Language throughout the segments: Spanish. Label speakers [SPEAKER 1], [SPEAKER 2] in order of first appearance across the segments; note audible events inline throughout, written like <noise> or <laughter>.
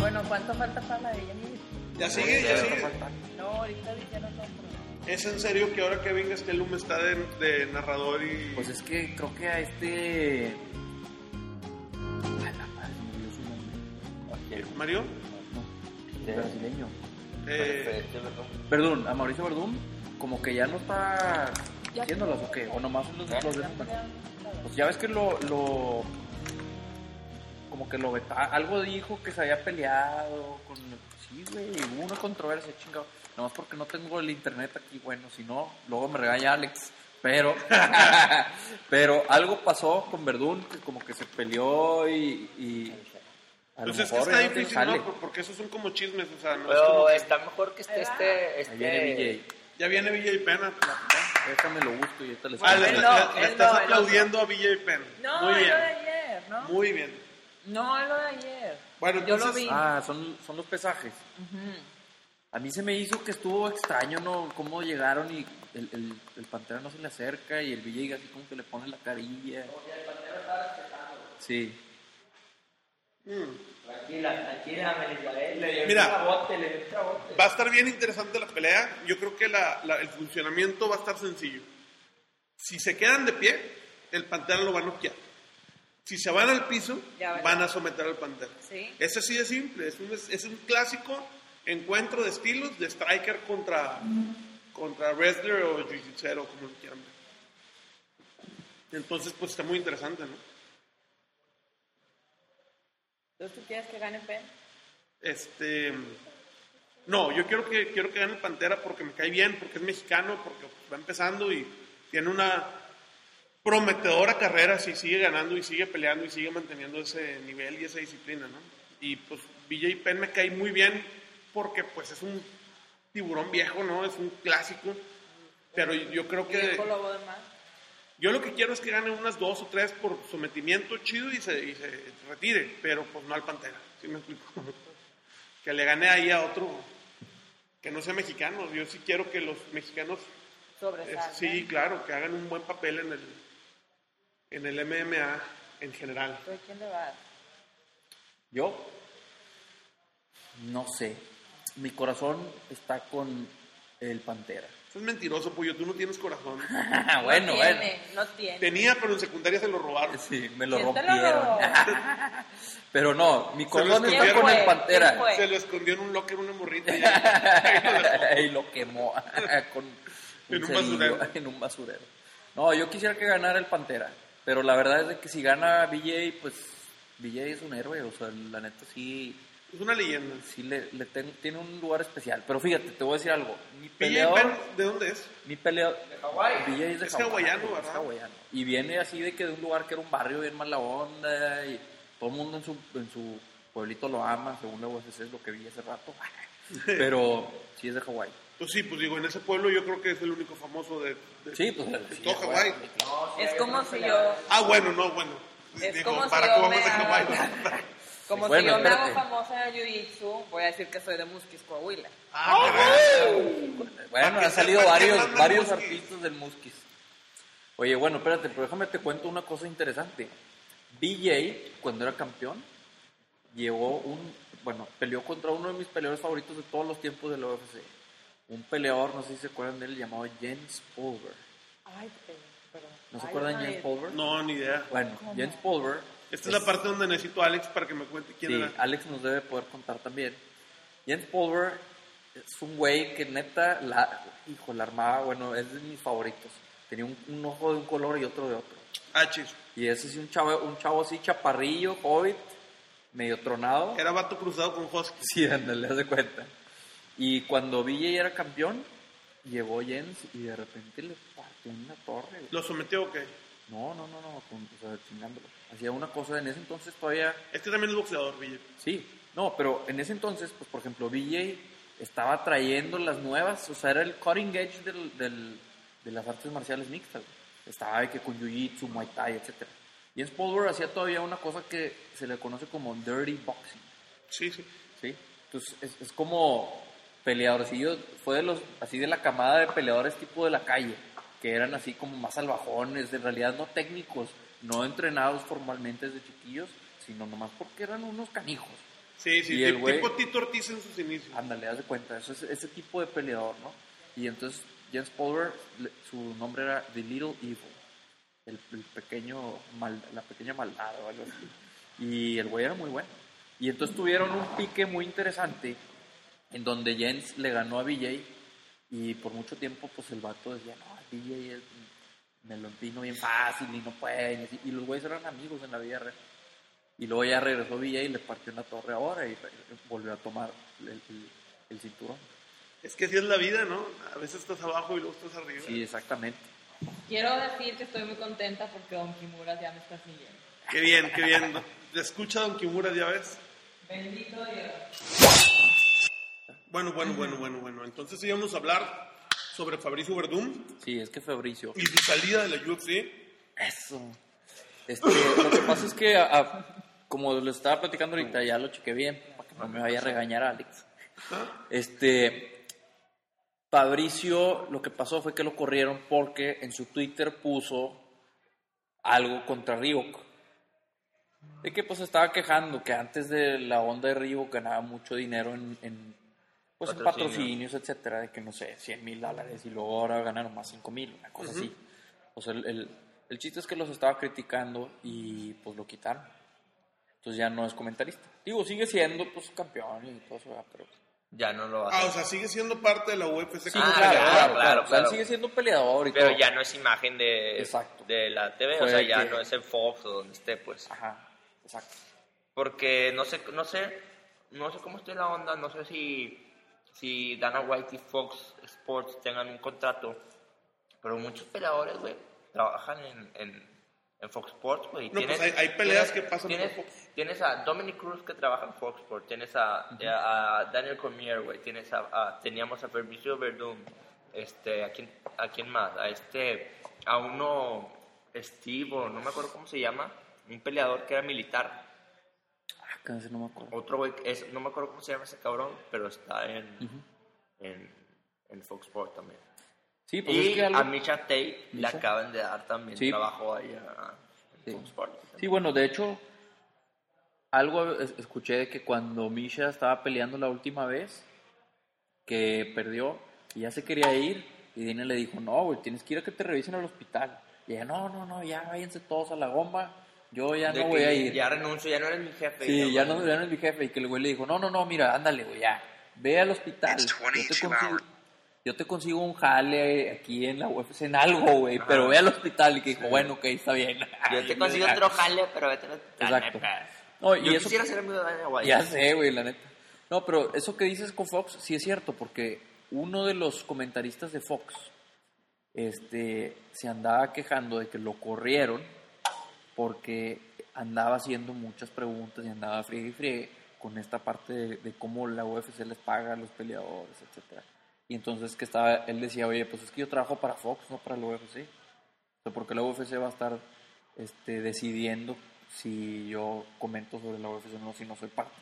[SPEAKER 1] Bueno, ¿cuánto falta para la de ella? Miguel?
[SPEAKER 2] Ya sigue, ya sigue.
[SPEAKER 1] No, ahorita dice nosotros.
[SPEAKER 2] Es en serio que ahora Kevin Gastelum está de, de narrador y.
[SPEAKER 3] Pues es que creo que a este. A la madre, se me olvidó su nombre. Ok,
[SPEAKER 2] Mario.
[SPEAKER 3] no, de brasileño.
[SPEAKER 2] eh,
[SPEAKER 3] Perdón, a Mauricio Verdún, como que ya no está haciéndolas o qué, o nomás los, los dejan para- Pues ya ves que lo. lo como que lo veta- algo dijo que se había peleado con. Sí, güey, hubo una controversia, chingado. Nomás porque no tengo el internet aquí, bueno, si no, luego me regaña Alex. Pero, <laughs> pero algo pasó con Verdún, que como que se peleó y. y a lo
[SPEAKER 2] pues es que
[SPEAKER 3] mejor
[SPEAKER 2] está
[SPEAKER 3] ya no te
[SPEAKER 2] difícil,
[SPEAKER 3] sale.
[SPEAKER 2] ¿no? Por- Porque esos son como chismes, o sea, no es como
[SPEAKER 4] Pero
[SPEAKER 1] eh,
[SPEAKER 2] que-
[SPEAKER 4] está mejor que esté este.
[SPEAKER 3] Ahí
[SPEAKER 4] este
[SPEAKER 3] viene BJ.
[SPEAKER 2] Ya viene Villa y Pena.
[SPEAKER 3] Déjame lo gusto y ahorita les
[SPEAKER 2] Ah, le,
[SPEAKER 1] él
[SPEAKER 2] le-
[SPEAKER 1] no,
[SPEAKER 2] le
[SPEAKER 1] él
[SPEAKER 2] estás
[SPEAKER 1] no, él no.
[SPEAKER 2] aplaudiendo a Villa y Pena.
[SPEAKER 1] No,
[SPEAKER 2] Muy
[SPEAKER 1] es
[SPEAKER 2] bien.
[SPEAKER 1] lo de ayer, ¿no?
[SPEAKER 2] Muy bien.
[SPEAKER 1] No, es lo de ayer.
[SPEAKER 2] Bueno,
[SPEAKER 1] Yo lo
[SPEAKER 2] entonces-
[SPEAKER 1] vi.
[SPEAKER 3] Ah, son, son los pesajes. A mí se me hizo que estuvo extraño, ¿no? Cómo llegaron y el, el, el Pantera no se le acerca y el Villegas así como que le pone la carilla. Sí.
[SPEAKER 4] Tranquila, tranquila, Melisabel. Le dio
[SPEAKER 2] Mira.
[SPEAKER 4] un trabote, le dio un trabote.
[SPEAKER 2] Va a estar bien interesante la pelea. Yo creo que la- la- el funcionamiento va a estar sencillo. Si se quedan de pie, el Pantera lo va a noquear. Si se van al piso,
[SPEAKER 1] Ya valió.
[SPEAKER 2] van a someter al Pantera.
[SPEAKER 1] Sí.
[SPEAKER 2] Ese sí es simple. Es un, es un clásico encuentro de estilos de striker contra, contra wrestler o jiu-jitsu como lo quieran ver. Entonces, pues está muy interesante, ¿no?
[SPEAKER 1] Entonces tú quieres que gane Pen.
[SPEAKER 2] Este. No, yo quiero que, quiero que gane el Pantera porque me cae bien, porque es mexicano, porque pues, va empezando y tiene una prometedora carrera si sigue ganando y sigue peleando y sigue manteniendo ese nivel y esa disciplina, ¿no? Y pues BJ Penn me cae muy bien porque pues es un tiburón viejo, ¿no? Es un clásico. Pero yo creo
[SPEAKER 1] Y yo
[SPEAKER 2] que...
[SPEAKER 1] colobo de más.
[SPEAKER 2] Yo lo que quiero es que gane unas dos o tres por sometimiento chido y se, y se retire, pero pues no al Pantera, ¿sí me explico? <laughs> que le gane ahí a otro que no sea mexicano. Yo sí quiero que los mexicanos, eh,
[SPEAKER 1] Sobresalga.
[SPEAKER 2] sí, claro, que hagan un buen papel en el, en el MMA en general.
[SPEAKER 1] ¿Tú a quién le vas?
[SPEAKER 3] Yo, no sé. Mi corazón está con el Pantera. <laughs>
[SPEAKER 2] Eso es mentiroso, Pollo, tú no tienes corazón.
[SPEAKER 3] Ah, bueno,
[SPEAKER 1] no
[SPEAKER 3] bueno.
[SPEAKER 1] tiene, no tiene.
[SPEAKER 2] Tenía, pero en secundaria se lo robaron.
[SPEAKER 3] Sí, me lo
[SPEAKER 1] ¿Quién te lo
[SPEAKER 3] rompieron.
[SPEAKER 1] robó?
[SPEAKER 3] <laughs> Pero no, mi corazón está
[SPEAKER 2] escondieron.
[SPEAKER 3] con el
[SPEAKER 1] ¿Quién fue?
[SPEAKER 3] Pantera.
[SPEAKER 1] ¿Quién fue?
[SPEAKER 2] Se lo escondió en un locker una morrita. y
[SPEAKER 3] <laughs>
[SPEAKER 2] ya.
[SPEAKER 3] y lo quemó <laughs> con un
[SPEAKER 2] En un
[SPEAKER 3] cerillo,
[SPEAKER 2] basurero.
[SPEAKER 3] en un basurero. No, yo quisiera que ganara el Pantera, pero la verdad es de que si gana BJ, pues BJ es un héroe, o sea, la neta sí,
[SPEAKER 2] es una leyenda.
[SPEAKER 3] sí le, le ten- tiene un lugar especial. Pero fíjate, te voy a decir algo, mi
[SPEAKER 2] PJ
[SPEAKER 3] peleador,
[SPEAKER 2] Penn, ¿de dónde es?
[SPEAKER 3] mi peleador, BJ es de
[SPEAKER 2] Es
[SPEAKER 3] Hawái,
[SPEAKER 2] hawaiano,
[SPEAKER 3] es
[SPEAKER 2] ¿verdad?
[SPEAKER 3] hawaiano. Y viene así de que de un lugar que era un barrio bien mala onda y todo el mundo en su, en su pueblito lo ama, según la UFC es lo que vi
[SPEAKER 2] <laughs>
[SPEAKER 3] hace rato, pero sí es de Hawái.
[SPEAKER 2] Pues sí, pues digo, en ese pueblo yo creo que es el único famoso de, de-
[SPEAKER 3] Sí, pues.
[SPEAKER 2] de
[SPEAKER 3] sí,
[SPEAKER 2] todo
[SPEAKER 3] güey.
[SPEAKER 2] Hawái.
[SPEAKER 1] Es como si yo,
[SPEAKER 2] Ah, bueno, no, bueno.
[SPEAKER 1] Es
[SPEAKER 2] Digo,
[SPEAKER 1] como si
[SPEAKER 2] ¿para
[SPEAKER 1] yo
[SPEAKER 2] cómo
[SPEAKER 1] me
[SPEAKER 2] vamos de
[SPEAKER 1] hago-
[SPEAKER 2] Hawái?
[SPEAKER 1] como
[SPEAKER 3] Bueno,
[SPEAKER 1] si yo me hago
[SPEAKER 3] espérate.
[SPEAKER 1] famosa en jiu-jitsu, voy a decir que soy de Musquis, Coahuila.
[SPEAKER 2] Ah, caray.
[SPEAKER 3] Bueno,
[SPEAKER 2] que
[SPEAKER 3] han salido
[SPEAKER 2] sepan que
[SPEAKER 3] varios,
[SPEAKER 2] mandan
[SPEAKER 3] varios
[SPEAKER 2] muskis.
[SPEAKER 3] artistas del Muskis. Oye, bueno, espérate, pero déjame te cuento una cosa interesante. BJ, cuando era campeón, llevó un. Bueno, peleó contra uno de mis peleadores favoritos de todos los tiempos de la UFC. Un peleador, no sé si se acuerdan de él, llamado Jens Pulver.
[SPEAKER 1] Ay, pe- pero...
[SPEAKER 3] ¿No se
[SPEAKER 1] ay,
[SPEAKER 3] acuerdan de
[SPEAKER 1] ay,
[SPEAKER 3] Jens
[SPEAKER 2] <laughs>
[SPEAKER 3] Pulver?
[SPEAKER 2] No, ni idea.
[SPEAKER 3] Bueno, Jens Pulver.
[SPEAKER 2] Esta es la parte donde necesito a Alex para que me cuente quién
[SPEAKER 3] Sí,
[SPEAKER 2] era.
[SPEAKER 3] Alex nos debe poder contar también. Jens Pulver es un güey que neta, la, hijo, la armaba, bueno, es de mis favoritos. Tenía un, un ojo de un color y otro de otro.
[SPEAKER 2] Ah, chis.
[SPEAKER 3] Y ese sí, un chavo, un chavo así, chaparrillo, hobbit, medio tronado.
[SPEAKER 2] Era vato cruzado con Husky.
[SPEAKER 3] Sí, ándale, haz de cuenta. Y cuando Ville era campeón, llegó Jens y de repente le partió una torre. güey.
[SPEAKER 2] ¿Lo sometió o qué?
[SPEAKER 3] No, no, no, no, con- o sea, chingándolo. Hacía una cosa, en ese entonces todavía
[SPEAKER 2] Este también es boxeador, Ville.
[SPEAKER 3] Sí, no, pero en ese entonces, pues por ejemplo, BJ estaba trayendo las nuevas, o sea, era el cutting edge del- del- de las artes marciales mixtas. güey. Estaba de que con jiu-jitsu, muay thai, etc. Y en Spaldwell hacía todavía una cosa que se le conoce como dirty boxing,
[SPEAKER 2] Sí, sí.
[SPEAKER 3] ¿sí? Entonces es, es como peleadorcillo, fue de los, así de la camada de peleadores tipo de la calle, que eran así como más salvajones, de realidad no técnicos, no entrenados formalmente desde chiquillos, sino nomás porque eran unos canijos.
[SPEAKER 2] Sí, sí.
[SPEAKER 3] Y el
[SPEAKER 2] tip-
[SPEAKER 3] güey- Ah.
[SPEAKER 2] Tipo Tito Ortiz en sus inicios.
[SPEAKER 3] Ándale, haz de cuenta, eso es ese tipo de peleador, ¿no? Y entonces Jens Polver, le- su nombre era The Little Evil, el, el pequeño mal- la pequeña maldad o algo así. Y el güey era muy bueno. Y entonces tuvieron un pique muy interesante en donde Jens le ganó a BJ y por mucho tiempo pues el vato decía, no, BJ es- me lo empino bien fácil y no puede. y así. Y los güeyes eran amigos en la vida real. Y luego ya regresó Villa y le partió una torre ahora y re- volvió a tomar el, el- el cinturón.
[SPEAKER 2] Es que así es la vida, ¿no? A veces estás abajo y luego estás arriba.
[SPEAKER 3] Sí, exactamente.
[SPEAKER 5] Quiero decir que estoy muy contenta porque Don Kimura ya me está siguiendo.
[SPEAKER 2] Qué bien, qué bien. Te escucha Don Kimura, ya ves.
[SPEAKER 5] Bendito Dios.
[SPEAKER 2] Bueno, bueno, bueno, bueno, bueno. Entonces íbamos a hablar sobre Fabricio Verdum
[SPEAKER 3] Sí, es que Fabricio.
[SPEAKER 2] y su salida de la UFC.
[SPEAKER 3] Eso. Este, lo que pasa es que, a- a- como lo estaba platicando ahorita, ya lo chequé bien, para que no me vaya a regañar Alex. Este, Fabricio, lo que pasó fue que lo corrieron porque en su Twitter puso algo contra Reebok. De que pues estaba quejando que antes de la onda de Reebok ganaba mucho dinero en, en, pues, en
[SPEAKER 6] Patrocinios.
[SPEAKER 3] patrocinios, etcétera, de que no sé, 100 mil dólares y luego ahora ganan más 5 mil, una cosa así. O sea, el, el- el chiste es que los estaba criticando y pues lo quitaron. Entonces ya no es comentarista. Digo, sigue siendo pues campeón y todo eso, ¿verdad? pero...
[SPEAKER 6] Ya no lo
[SPEAKER 2] Ah,
[SPEAKER 6] hace.
[SPEAKER 2] o sea, sigue siendo parte de la UFC.
[SPEAKER 3] Sí,
[SPEAKER 6] Ah,
[SPEAKER 2] como
[SPEAKER 3] claro,
[SPEAKER 2] peleador.
[SPEAKER 3] claro, claro,
[SPEAKER 6] claro,
[SPEAKER 3] O sea, él
[SPEAKER 6] claro.
[SPEAKER 3] sigue siendo peleador y
[SPEAKER 6] Pero
[SPEAKER 3] todo.
[SPEAKER 6] ya no es imagen de,
[SPEAKER 3] Exacto.
[SPEAKER 6] de la TV,
[SPEAKER 3] Fue
[SPEAKER 6] o sea, ya
[SPEAKER 3] que-
[SPEAKER 6] no es en Fox o donde esté, pues.
[SPEAKER 3] Ajá, exacto.
[SPEAKER 6] Porque no sé, no sé, no sé cómo esté la onda, no sé si, si Dana White y Fox Sports tengan un contrato, pero muchos peleadores, güey, trabajan en, en, en Fox Sports, güey. y
[SPEAKER 2] No, pues hay- hay peleas que pasan por
[SPEAKER 6] tienes,
[SPEAKER 2] Fox.
[SPEAKER 6] Tienes a Dominic Cruz que trabaja en Fox Sports, tienes a, eh, a Daniel Cormier, güey, tienes a, a- teníamos a Fabricio Verdum, este, ¿a quién, a quién más? A este, a uno, Steve, o no me acuerdo cómo se llama, un peleador que era militar.
[SPEAKER 3] Ah, que ese no me acuerdo.
[SPEAKER 6] Otro güey, que es, no me acuerdo cómo se llama ese cabrón, pero está en, en, en Fox Sports también.
[SPEAKER 3] Sí, pues
[SPEAKER 6] y
[SPEAKER 3] es que algo-
[SPEAKER 6] a Misha Tate le
[SPEAKER 3] Misha.
[SPEAKER 6] acaban de dar también
[SPEAKER 3] Sí.
[SPEAKER 6] trabajo ahí a- en
[SPEAKER 3] Sí.
[SPEAKER 6] Fox Sports.
[SPEAKER 3] Sí, bueno, de hecho, algo es- escuché de que cuando Misha estaba peleando la última vez, que perdió, y ya se quería ir, y Dina le dijo, no, güey, tienes que ir a que te revisen al hospital. Y ella, no, no, no, ya váyanse todos a la bomba, yo ya
[SPEAKER 6] De
[SPEAKER 3] no
[SPEAKER 6] que
[SPEAKER 3] voy a ir.
[SPEAKER 6] Ya renuncio, ya no eres mi jefe.
[SPEAKER 3] Sí,
[SPEAKER 6] Y
[SPEAKER 3] ya
[SPEAKER 6] luego-
[SPEAKER 3] no, ya no es mi jefe. Y que el güey le dijo, no, no, no, mira, ándale, güey, ya. Ve al hospital. Yo te, consigo, yo te consigo un jale aquí en la UFC, en algo, güey, pero ve al hospital. Y que dijo, bueno, ok, está bien. <laughs>
[SPEAKER 6] Yo te consigo otro jale, pero vete a la
[SPEAKER 3] Exacto.
[SPEAKER 6] neta.
[SPEAKER 3] No, y
[SPEAKER 6] Yo
[SPEAKER 3] eso-
[SPEAKER 6] quisiera ser amigo de Daniel White.
[SPEAKER 3] Ya sé, güey, la neta. No, pero eso que dices con Fox sí es cierto, porque uno de los comentaristas de Fox este, se andaba quejando de que lo corrieron porque andaba haciendo muchas preguntas y andaba friegue y friegue con esta parte de, de cómo la UFC les paga a los peleadores, etcétera. Y entonces que estaba, él decía, oye, pues es que yo trabajo para Fox, no para la UFC. O sea, porque la UFC va a estar este, decidiendo si yo comento sobre la UFC o no, si no soy parte.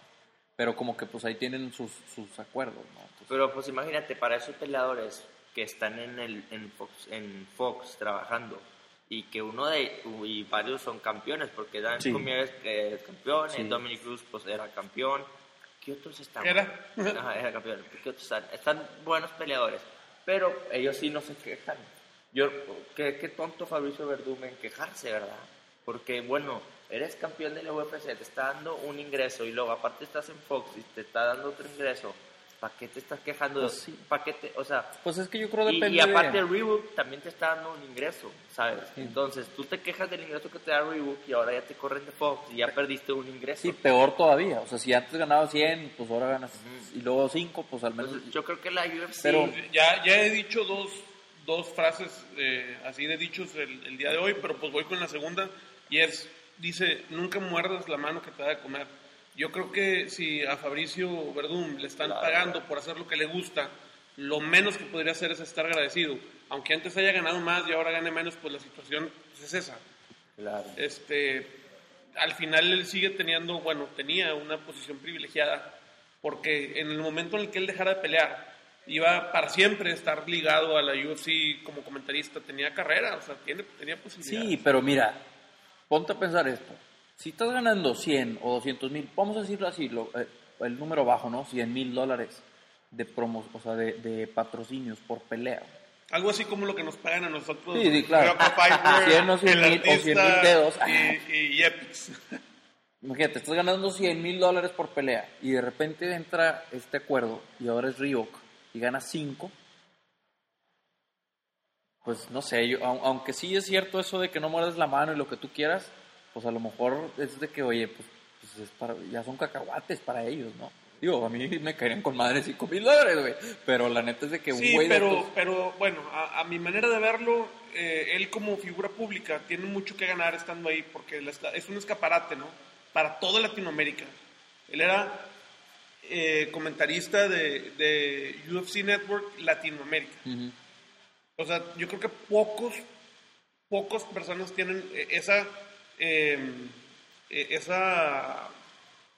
[SPEAKER 3] Pero como que pues ahí tienen sus, sus acuerdos, ¿no? Entonces,
[SPEAKER 6] Pero pues imagínate, para esos peleadores que están en, el, en, Fox, en Fox trabajando y que uno de y varios son campeones, porque Dan
[SPEAKER 3] Sí.
[SPEAKER 6] Cormier es, eh, es campeón,
[SPEAKER 3] Sí.
[SPEAKER 6] y Dominic Cruz pues era campeón. ¿Qué otros están?
[SPEAKER 2] Era.
[SPEAKER 6] <laughs> Ajá, era campeón. ¿Qué otros están? Están buenos peleadores, pero ellos sí no se quejan. Yo, qué, qué tonto Fabricio Verdum en quejarse, ¿verdad? Porque, bueno, eres campeón de la UFC, te está dando un ingreso y luego aparte estás en Fox y te está dando otro ingreso. ¿Para qué te estás quejando?
[SPEAKER 3] Pues sí.
[SPEAKER 6] ¿Para qué te, o sea,
[SPEAKER 3] Pues es que yo creo
[SPEAKER 6] y,
[SPEAKER 3] depende
[SPEAKER 6] y aparte
[SPEAKER 3] de-
[SPEAKER 6] Reebok también te está dando un ingreso, ¿sabes? Entonces tú te quejas del ingreso que te da Reebok y ahora ya te corren de Fox y ya perdiste un ingreso.
[SPEAKER 3] Sí, peor todavía. O sea, si antes ganabas 100, pues ahora ganas. Y luego 5, pues al menos.
[SPEAKER 6] Entonces, yo creo que la UFC...
[SPEAKER 3] Pero-
[SPEAKER 2] Ya, ya he dicho dos, dos frases eh, así de dichos el, el día de hoy, pero pues voy con la segunda y es, dice, nunca muerdas la mano que te da de comer. Yo creo que si a Fabricio Verdún le están pagando por hacer lo que le gusta, lo menos que podría hacer es estar agradecido. Aunque antes haya ganado más y ahora gane menos, pues la situación pues, es esa.
[SPEAKER 6] Claro.
[SPEAKER 2] este al final él sigue teniendo, bueno, tenía una posición privilegiada porque en el momento en el que él dejara de pelear iba para siempre a estar ligado a la UFC como comentarista, tenía carrera, o sea, tiene, tenía posibilidades.
[SPEAKER 3] Sí, pero mira, ponte a pensar esto. Si estás ganando 100 o 200 mil, vamos a decirlo así, lo- eh, el número bajo, ¿no? 100 mil dólares de promos, o sea, de, de patrocinios por pelea.
[SPEAKER 2] Algo así como lo que nos pagan a nosotros.
[SPEAKER 3] Sí, sí, claro.
[SPEAKER 2] Rock Pfeiffer,
[SPEAKER 3] <laughs> 100 o
[SPEAKER 2] el
[SPEAKER 3] 100 mil- o 100 mil
[SPEAKER 2] artista
[SPEAKER 3] dedos.
[SPEAKER 2] Y, y Epics.
[SPEAKER 3] Imagínate, estás ganando 100 mil dólares por pelea y de repente entra este acuerdo y ahora es Ryok y gana 5. Pues no sé, yo- au- aunque sí es cierto eso de que no muerdes la mano y lo que tú quieras, pues a lo mejor es de que, oye, pues, pues es para- ya son cacahuates para ellos, ¿no? Digo, a mí me caerían con madre 5 mil dólares, güey. Pero la neta es de que un
[SPEAKER 2] Sí,
[SPEAKER 3] güey de
[SPEAKER 2] pero,
[SPEAKER 3] estos-
[SPEAKER 2] pero bueno, a, a mi manera de verlo, eh, él como figura pública tiene mucho que ganar estando ahí, porque la esta- es un escaparate, ¿no? Para toda Latinoamérica. Él era eh, comentarista de, de UFC Network Latinoamérica.
[SPEAKER 3] Ujú.
[SPEAKER 2] O sea, yo creo que pocos, pocas personas tienen eh, esa, eh, eh, esa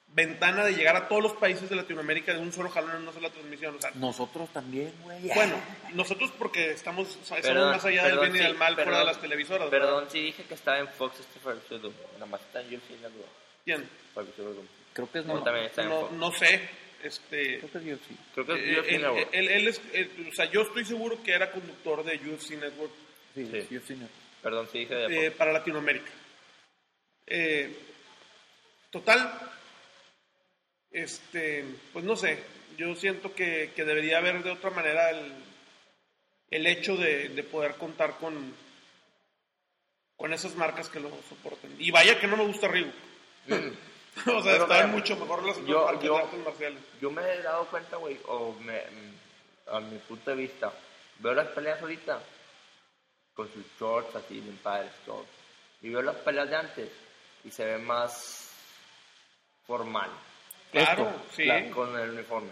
[SPEAKER 2] ventana de llegar a todos los países de Latinoamérica de un solo jalón en una sola transmisión. O sea,
[SPEAKER 3] Nosotros también, güey.
[SPEAKER 2] bueno, nosotros porque estamos, o sea, somos
[SPEAKER 6] Perdón,
[SPEAKER 2] más allá del
[SPEAKER 6] perdón,
[SPEAKER 2] bien y
[SPEAKER 6] sí,
[SPEAKER 2] del mal fuera de
[SPEAKER 6] perdón,
[SPEAKER 2] las televisoras.
[SPEAKER 6] Perdón,
[SPEAKER 2] ¿verdad?
[SPEAKER 6] sí dije que estaba en Fox este Fabricio Verdum. Nada más está en UFC Network.
[SPEAKER 2] ¿Quién?
[SPEAKER 6] Fabricio Verdum.
[SPEAKER 3] Creo que es
[SPEAKER 6] No,
[SPEAKER 3] no.
[SPEAKER 6] también está en
[SPEAKER 2] No,
[SPEAKER 6] Fox.
[SPEAKER 2] no sé. Este,
[SPEAKER 3] Creo que es UFC.
[SPEAKER 6] Creo que
[SPEAKER 2] eh,
[SPEAKER 6] es UFC
[SPEAKER 2] él,
[SPEAKER 6] Network.
[SPEAKER 2] él- él es, él- o sea, yo estoy seguro que era conductor de UFC Network
[SPEAKER 3] Sí,
[SPEAKER 6] Sí.
[SPEAKER 3] es UFC, no.
[SPEAKER 6] Perdón, sí dije de
[SPEAKER 2] eh, para Latinoamérica. Eh, total, este, pues no sé, yo siento que, que debería haber de otra manera el, el hecho de, de poder contar con, con esas marcas que lo soporten. Y vaya que no me gusta Reebok. <laughs> o sea,
[SPEAKER 6] Mm. Pero,
[SPEAKER 2] estaban
[SPEAKER 6] pero,
[SPEAKER 2] mucho mejor las otras
[SPEAKER 6] yo-
[SPEAKER 2] marcas
[SPEAKER 6] yo-
[SPEAKER 2] de artes marciales.
[SPEAKER 6] yo me he dado cuenta, güey, o me, mm, a mi punto de vista, veo las peleas ahorita con sus shorts así, bien padres, todo. Y veo las peleas de antes y se ve más formal,
[SPEAKER 2] Claro,
[SPEAKER 3] Esto,
[SPEAKER 2] sí.
[SPEAKER 6] la- con el uniforme.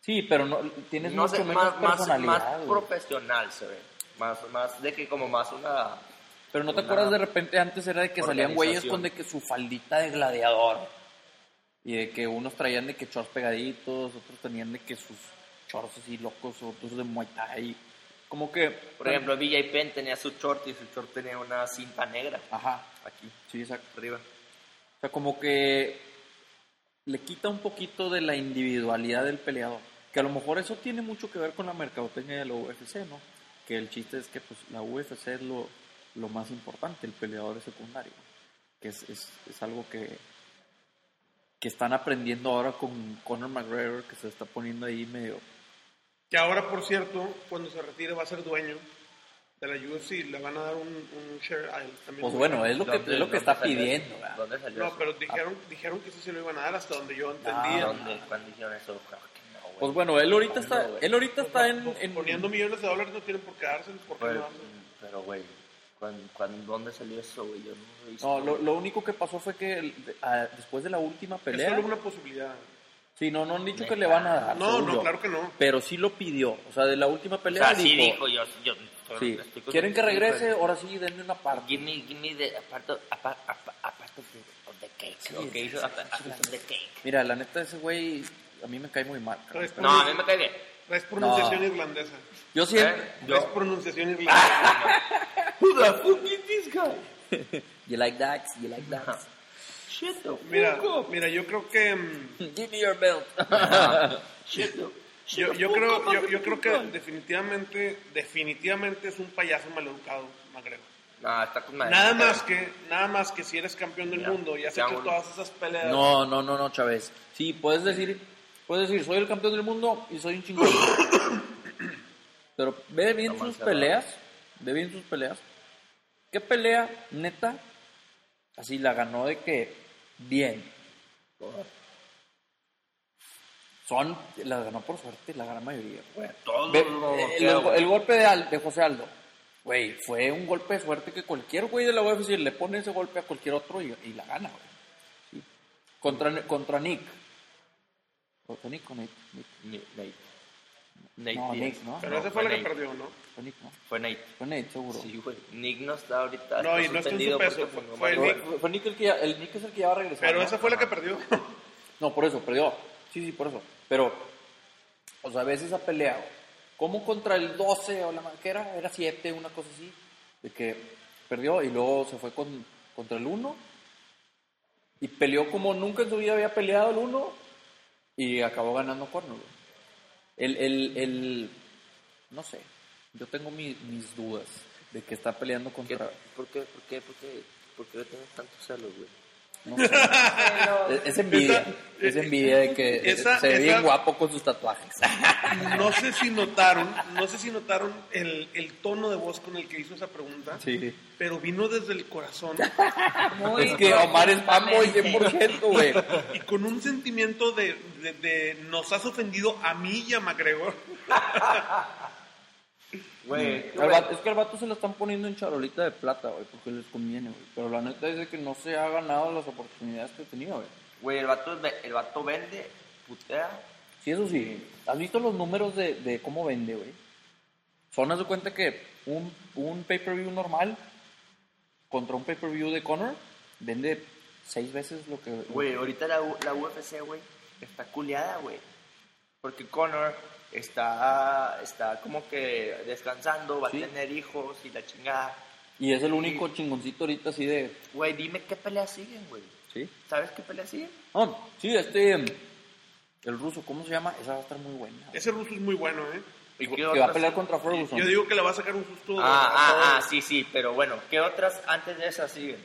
[SPEAKER 3] Sí, pero no, tienes
[SPEAKER 6] No
[SPEAKER 3] mucho
[SPEAKER 6] sé,
[SPEAKER 3] menos
[SPEAKER 6] más, más,
[SPEAKER 3] personalidad.
[SPEAKER 6] más
[SPEAKER 3] güey.
[SPEAKER 6] profesional se ve. Más, más de que como más una...
[SPEAKER 3] pero no te
[SPEAKER 6] una-
[SPEAKER 3] acuerdas de repente antes era de que salían güeyes
[SPEAKER 6] organización.
[SPEAKER 3] con de que su faldita de gladiador y de que unos traían de que shorts pegaditos, otros tenían de que sus shorts así locos, otros de muay thai. Como que,
[SPEAKER 6] Por ejemplo, BJ Penn tenía su short y su short tenía una cinta negra
[SPEAKER 3] ajá,
[SPEAKER 6] aquí
[SPEAKER 3] sí, exacto.
[SPEAKER 6] arriba.
[SPEAKER 3] O sea, como que le quita un poquito de la individualidad del peleador. Que a lo mejor eso tiene mucho que ver con la mercadotecnia de la UFC, ¿no? Que el chiste es que pues, la UFC es lo, lo más importante, el peleador es secundario. Que es, es, es algo que, que están aprendiendo ahora con Conor McGregor, que se está poniendo ahí medio...
[SPEAKER 2] Que ahora, por cierto, cuando se retire va a ser dueño de la UFC. Le van a dar un, un share a él también.
[SPEAKER 3] Pues bueno, es lo que,
[SPEAKER 6] ¿Dónde-
[SPEAKER 3] es lo
[SPEAKER 6] dónde
[SPEAKER 3] que está
[SPEAKER 6] salió eso?
[SPEAKER 3] pidiendo. ¿verdad?
[SPEAKER 6] ¿Dónde salió
[SPEAKER 2] No,
[SPEAKER 6] eso?
[SPEAKER 2] pero dijeron, dijeron que eso se lo iban a dar hasta donde yo
[SPEAKER 6] Ah,
[SPEAKER 2] entendía.
[SPEAKER 6] ¿Dónde? ¿Cuándo hicieron eso? Claro que no, güey.
[SPEAKER 3] Pues bueno, él ahorita está, él ahorita está en... en-
[SPEAKER 2] Poniendo millones de dólares no tienen por qué dárselos, ¿por qué
[SPEAKER 6] Pero-
[SPEAKER 2] no dárselos?
[SPEAKER 6] Pero, güey, ¿cuán- cuán- ¿dónde salió eso, güey? Yo no lo he visto.
[SPEAKER 3] no, lo, lo único que pasó fue que el- de- ah, después de la última
[SPEAKER 2] Es
[SPEAKER 3] pelea...
[SPEAKER 2] solo una posibilidad.
[SPEAKER 3] Sí, no, no han dicho que le van a dar.
[SPEAKER 2] No,
[SPEAKER 3] según
[SPEAKER 2] no,
[SPEAKER 3] yo.
[SPEAKER 2] claro que no.
[SPEAKER 3] Pero sí lo pidió. O sea, de la última
[SPEAKER 6] o
[SPEAKER 3] pelea
[SPEAKER 6] sea, sí
[SPEAKER 3] dijo.
[SPEAKER 6] dijo, yo... yo
[SPEAKER 3] sí,
[SPEAKER 6] estoy con-
[SPEAKER 3] ¿Quieren que
[SPEAKER 6] estoy con-
[SPEAKER 3] regrese? Ahora sí, denme una parte.
[SPEAKER 6] Give me, give me the apart, apart, apart, apart of, the, of the cake. lo que hizo apart, apart of the cake.
[SPEAKER 3] Mira, la neta, ese güey a mí me cae muy mal. cabrón.
[SPEAKER 2] Traes,
[SPEAKER 6] No, a mí me cae bien.
[SPEAKER 2] traes pronunciación irlandesa.
[SPEAKER 3] Yo siempre...
[SPEAKER 6] ¿Eh?
[SPEAKER 2] Traes
[SPEAKER 6] Yo...
[SPEAKER 2] pronunciación irlandesa.
[SPEAKER 6] <laughs> Who the fuck is this guy?
[SPEAKER 3] You like that, you like that.
[SPEAKER 6] Shut the fuck
[SPEAKER 2] Mira,
[SPEAKER 6] up.
[SPEAKER 2] mira, yo creo que... mm,
[SPEAKER 3] Give me your belt.
[SPEAKER 6] Shut the- shut
[SPEAKER 2] Yo,
[SPEAKER 6] the
[SPEAKER 2] yo
[SPEAKER 6] fuck
[SPEAKER 2] creo,
[SPEAKER 6] up,
[SPEAKER 2] yo,
[SPEAKER 6] motherfucker.
[SPEAKER 2] yo creo que definitivamente, definitivamente es un payaso maleducado, Magrego.
[SPEAKER 6] No, está con madre.
[SPEAKER 2] Nada más que, nada más que si eres campeón del
[SPEAKER 6] Pues, Ya,
[SPEAKER 2] mundo y has
[SPEAKER 6] ya,
[SPEAKER 2] hecho
[SPEAKER 6] boludo.
[SPEAKER 2] todas esas peleas.
[SPEAKER 3] No, no, no, no, Chávez. Sí, puedes decir... Puedes decir, soy el campeón del mundo y soy un chingón. Pero ve bien sus peleas, ve bien sus peleas. ¿Qué pelea, neta? Así la ganó de que bien. Son, la ganó por suerte la gran mayoría. güey.
[SPEAKER 6] Todos
[SPEAKER 3] Ve- el,
[SPEAKER 6] los noquea, güey.
[SPEAKER 3] el golpe de, Al- de José Aldo, güey, fue un golpe de suerte que cualquier güey de la UFC le pone ese golpe a cualquier otro y, y la gana, güey. Sí. Contra, contra Nick. ¿Contra Nick o Nick? Nick.
[SPEAKER 6] Ni- Nate. Nate
[SPEAKER 3] No,
[SPEAKER 6] Diaz.
[SPEAKER 3] Nick, ¿no?
[SPEAKER 2] Pero esa fue la que perdió, ¿no?
[SPEAKER 3] Fue Nick, ¿no?
[SPEAKER 6] Fue Nate.
[SPEAKER 3] Fue Nate, seguro.
[SPEAKER 6] Sí, güey. Nick no está ahorita.
[SPEAKER 2] No,
[SPEAKER 6] está
[SPEAKER 2] y no está en su
[SPEAKER 6] suspendido
[SPEAKER 2] peso,
[SPEAKER 6] porque
[SPEAKER 2] fue-
[SPEAKER 6] fue
[SPEAKER 2] fue
[SPEAKER 6] mal-
[SPEAKER 2] Nick.
[SPEAKER 3] Fue, fue Nick el que ya, el Nick es el que ya va a regresar.
[SPEAKER 2] Pero
[SPEAKER 3] ¿no?
[SPEAKER 2] esa fue la que perdió.
[SPEAKER 3] No, por eso, perdió. Sí, sí, por eso. Pero, o sea, ves esa pelea, güey. ¿Cómo contra el 12 o la ma- que era? Era 7, una cosa así. De que perdió y luego se fue con, contra el 1. Y peleó como nunca en su vida había peleado el 1. Y acabó ganando Corner, güey. El, el, el, no sé. Yo tengo mi- mis dudas de que está peleando
[SPEAKER 6] ¿Qué-
[SPEAKER 3] contra...
[SPEAKER 6] ¿Por qué? ¿Por qué? ¿Por qué? ¿Por qué tienes tantos celos, güey?
[SPEAKER 2] <laughs>
[SPEAKER 3] No sé. Es- Es envidia.
[SPEAKER 2] Esa-
[SPEAKER 3] es envidia de que
[SPEAKER 2] esa-
[SPEAKER 3] se ve
[SPEAKER 2] esa-
[SPEAKER 3] bien guapo con sus tatuajes.
[SPEAKER 2] No sé si notaron, no sé si notaron el, el tono de voz con el que hizo esa pregunta,
[SPEAKER 3] Sí.
[SPEAKER 2] pero vino desde el corazón
[SPEAKER 5] Muy
[SPEAKER 3] Es que Omar es fanboy
[SPEAKER 5] correctamente.
[SPEAKER 3] 100%, <laughs> güey.
[SPEAKER 2] y con un sentimiento de, de- de nos has ofendido a mí y a McGregor.
[SPEAKER 6] Güey,
[SPEAKER 3] Al vato- Es que al vato se lo están poniendo en charolita de plata, güey, porque les conviene, güey. Pero la neta es de que no se ha ganado las oportunidades que tenía, güey.
[SPEAKER 6] güey, el vato, es ve- el vato vende, putea.
[SPEAKER 3] Sí, eso sí. ¿Has visto los números de, de cómo vende, güey? Son, haz de cuenta que un, un pay-per-view normal contra un pay-per-view de Conor vende seis veces lo que...
[SPEAKER 6] Güey, ahorita la, U- la UFC, güey, está culeada, güey. Porque Conor está, está como que descansando, va
[SPEAKER 3] Sí.
[SPEAKER 6] a tener hijos y la chingada.
[SPEAKER 3] Y es el único chingoncito ahorita así de...
[SPEAKER 6] Güey, dime qué peleas siguen, güey.
[SPEAKER 3] ¿Sí?
[SPEAKER 6] ¿Sabes qué peleas siguen?
[SPEAKER 3] Ah, sí, este. em, El ruso, ¿cómo se llama? Esa va a estar muy buena.
[SPEAKER 2] Ese ruso es muy bueno, ¿eh?
[SPEAKER 6] ¿Y
[SPEAKER 3] que
[SPEAKER 6] qué
[SPEAKER 3] va a
[SPEAKER 6] otras?
[SPEAKER 3] pelear contra Ferguson.
[SPEAKER 2] Yo digo que le va a sacar un susto.
[SPEAKER 6] Ah,
[SPEAKER 2] a
[SPEAKER 6] ah, ah,
[SPEAKER 2] todos.
[SPEAKER 6] sí, sí, pero bueno, ¿qué otras antes de esas siguen?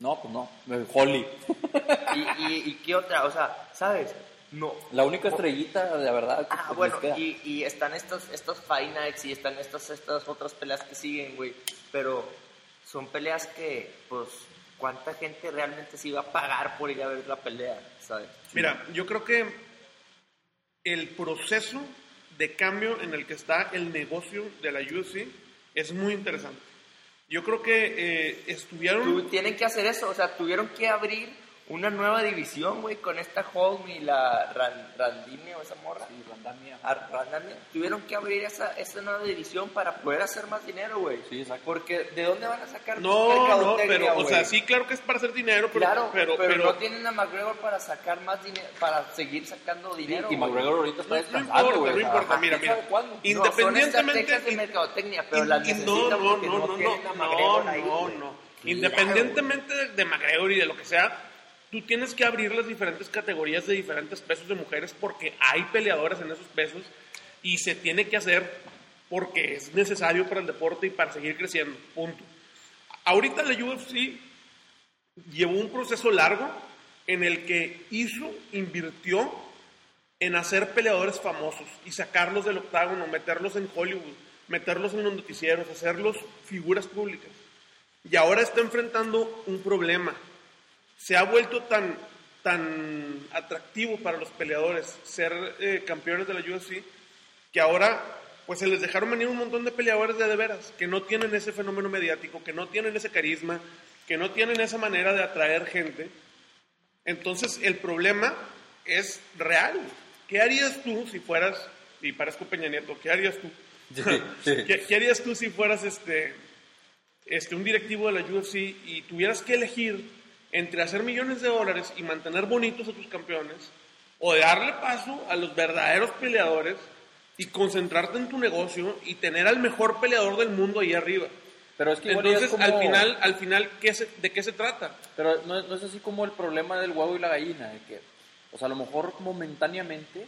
[SPEAKER 3] No, pues no. eh, Holly.
[SPEAKER 6] ¿Y, y, y qué otra? O sea, ¿sabes? No.
[SPEAKER 3] La única estrellita, la verdad. que pues,
[SPEAKER 6] Ah,
[SPEAKER 3] les
[SPEAKER 6] bueno,
[SPEAKER 3] queda.
[SPEAKER 6] y, y están estos, estos Fight Nights y están estas, estas otras peleas que siguen, güey. Pero son peleas que, pues, ¿cuánta gente realmente se iba a pagar por ir a ver la pelea? ¿Sabes?
[SPEAKER 2] Mira, yo creo que el proceso de cambio en el que está el negocio de la UFC es muy interesante. Yo creo que eh,
[SPEAKER 6] Tú-
[SPEAKER 2] estuvieron...
[SPEAKER 6] tienen que hacer eso, o sea, tuvieron que abrir una nueva división, güey, con esta Holm y la Ran- Randine o esa morra.
[SPEAKER 3] Sí, Randamia.
[SPEAKER 6] a Randall, tuvieron que abrir esa, esa nueva división para poder hacer más dinero, güey.
[SPEAKER 3] Sí, exacto.
[SPEAKER 6] Porque ¿de dónde van a sacar
[SPEAKER 2] No, no,
[SPEAKER 6] mercadotecnia,
[SPEAKER 2] pero, o
[SPEAKER 6] güey?
[SPEAKER 2] sea, sí, claro que es para hacer dinero, pero...
[SPEAKER 6] claro, pero,
[SPEAKER 2] pero, pero-
[SPEAKER 6] no tienen a McGregor para sacar más dinero, para seguir sacando dinero.
[SPEAKER 3] y
[SPEAKER 6] güey.
[SPEAKER 3] McGregor ahorita está
[SPEAKER 2] No, no
[SPEAKER 3] descansando,
[SPEAKER 2] importa, no
[SPEAKER 3] güey, o sea,
[SPEAKER 2] importa,
[SPEAKER 3] ajá,
[SPEAKER 2] mira,
[SPEAKER 3] ¿quién sabe
[SPEAKER 2] mira.
[SPEAKER 3] cuándo?
[SPEAKER 2] Y-
[SPEAKER 6] No, son
[SPEAKER 2] independemente-
[SPEAKER 6] estrategias de mercadotecnia, pero
[SPEAKER 2] In-
[SPEAKER 6] las
[SPEAKER 2] in- no,
[SPEAKER 6] necesitan
[SPEAKER 2] no,
[SPEAKER 6] porque
[SPEAKER 2] no, no,
[SPEAKER 6] tienen a
[SPEAKER 2] no,
[SPEAKER 6] McGregor
[SPEAKER 2] no,
[SPEAKER 6] ahí,
[SPEAKER 2] no,
[SPEAKER 6] güey.
[SPEAKER 2] no.
[SPEAKER 6] Claro,
[SPEAKER 2] Independientemente de, de McGregor y de lo que sea, tú tienes que abrir las diferentes categorías de diferentes pesos de mujeres porque hay peleadoras en esos pesos y se tiene que hacer porque es necesario para el deporte y para seguir creciendo. Punto. Ahorita la UFC llevó un proceso largo en el que hizo, invirtió en hacer peleadores famosos y sacarlos del octágono, meterlos en Hollywood, meterlos en los noticieros, hacerlos figuras públicas. Y ahora está enfrentando un problema. Se ha vuelto tan, tan atractivo para los peleadores ser eh, campeones de la UFC que ahora pues se les dejaron venir un montón de peleadores de de veras, que no tienen ese fenómeno mediático, que no tienen ese carisma, que no tienen esa manera de atraer gente. Entonces el problema es real. ¿Qué harías tú si fueras, y parezco Peña Nieto, ¿qué harías tú? <laughs> ¿Qué, qué harías tú si fueras este, este, un directivo de la UFC y tuvieras que elegir entre hacer millones de dólares y mantener bonitos a tus campeones o darle paso a los verdaderos peleadores y concentrarte en tu negocio y tener al mejor peleador del mundo ahí arriba?
[SPEAKER 3] Pero es que igual
[SPEAKER 2] Entonces,
[SPEAKER 3] ya es como-
[SPEAKER 2] al final, al final ¿qué se- ¿de qué se trata?
[SPEAKER 3] Pero no, no es así como el problema del huevo y la gallina, de que, o sea, a lo mejor momentáneamente,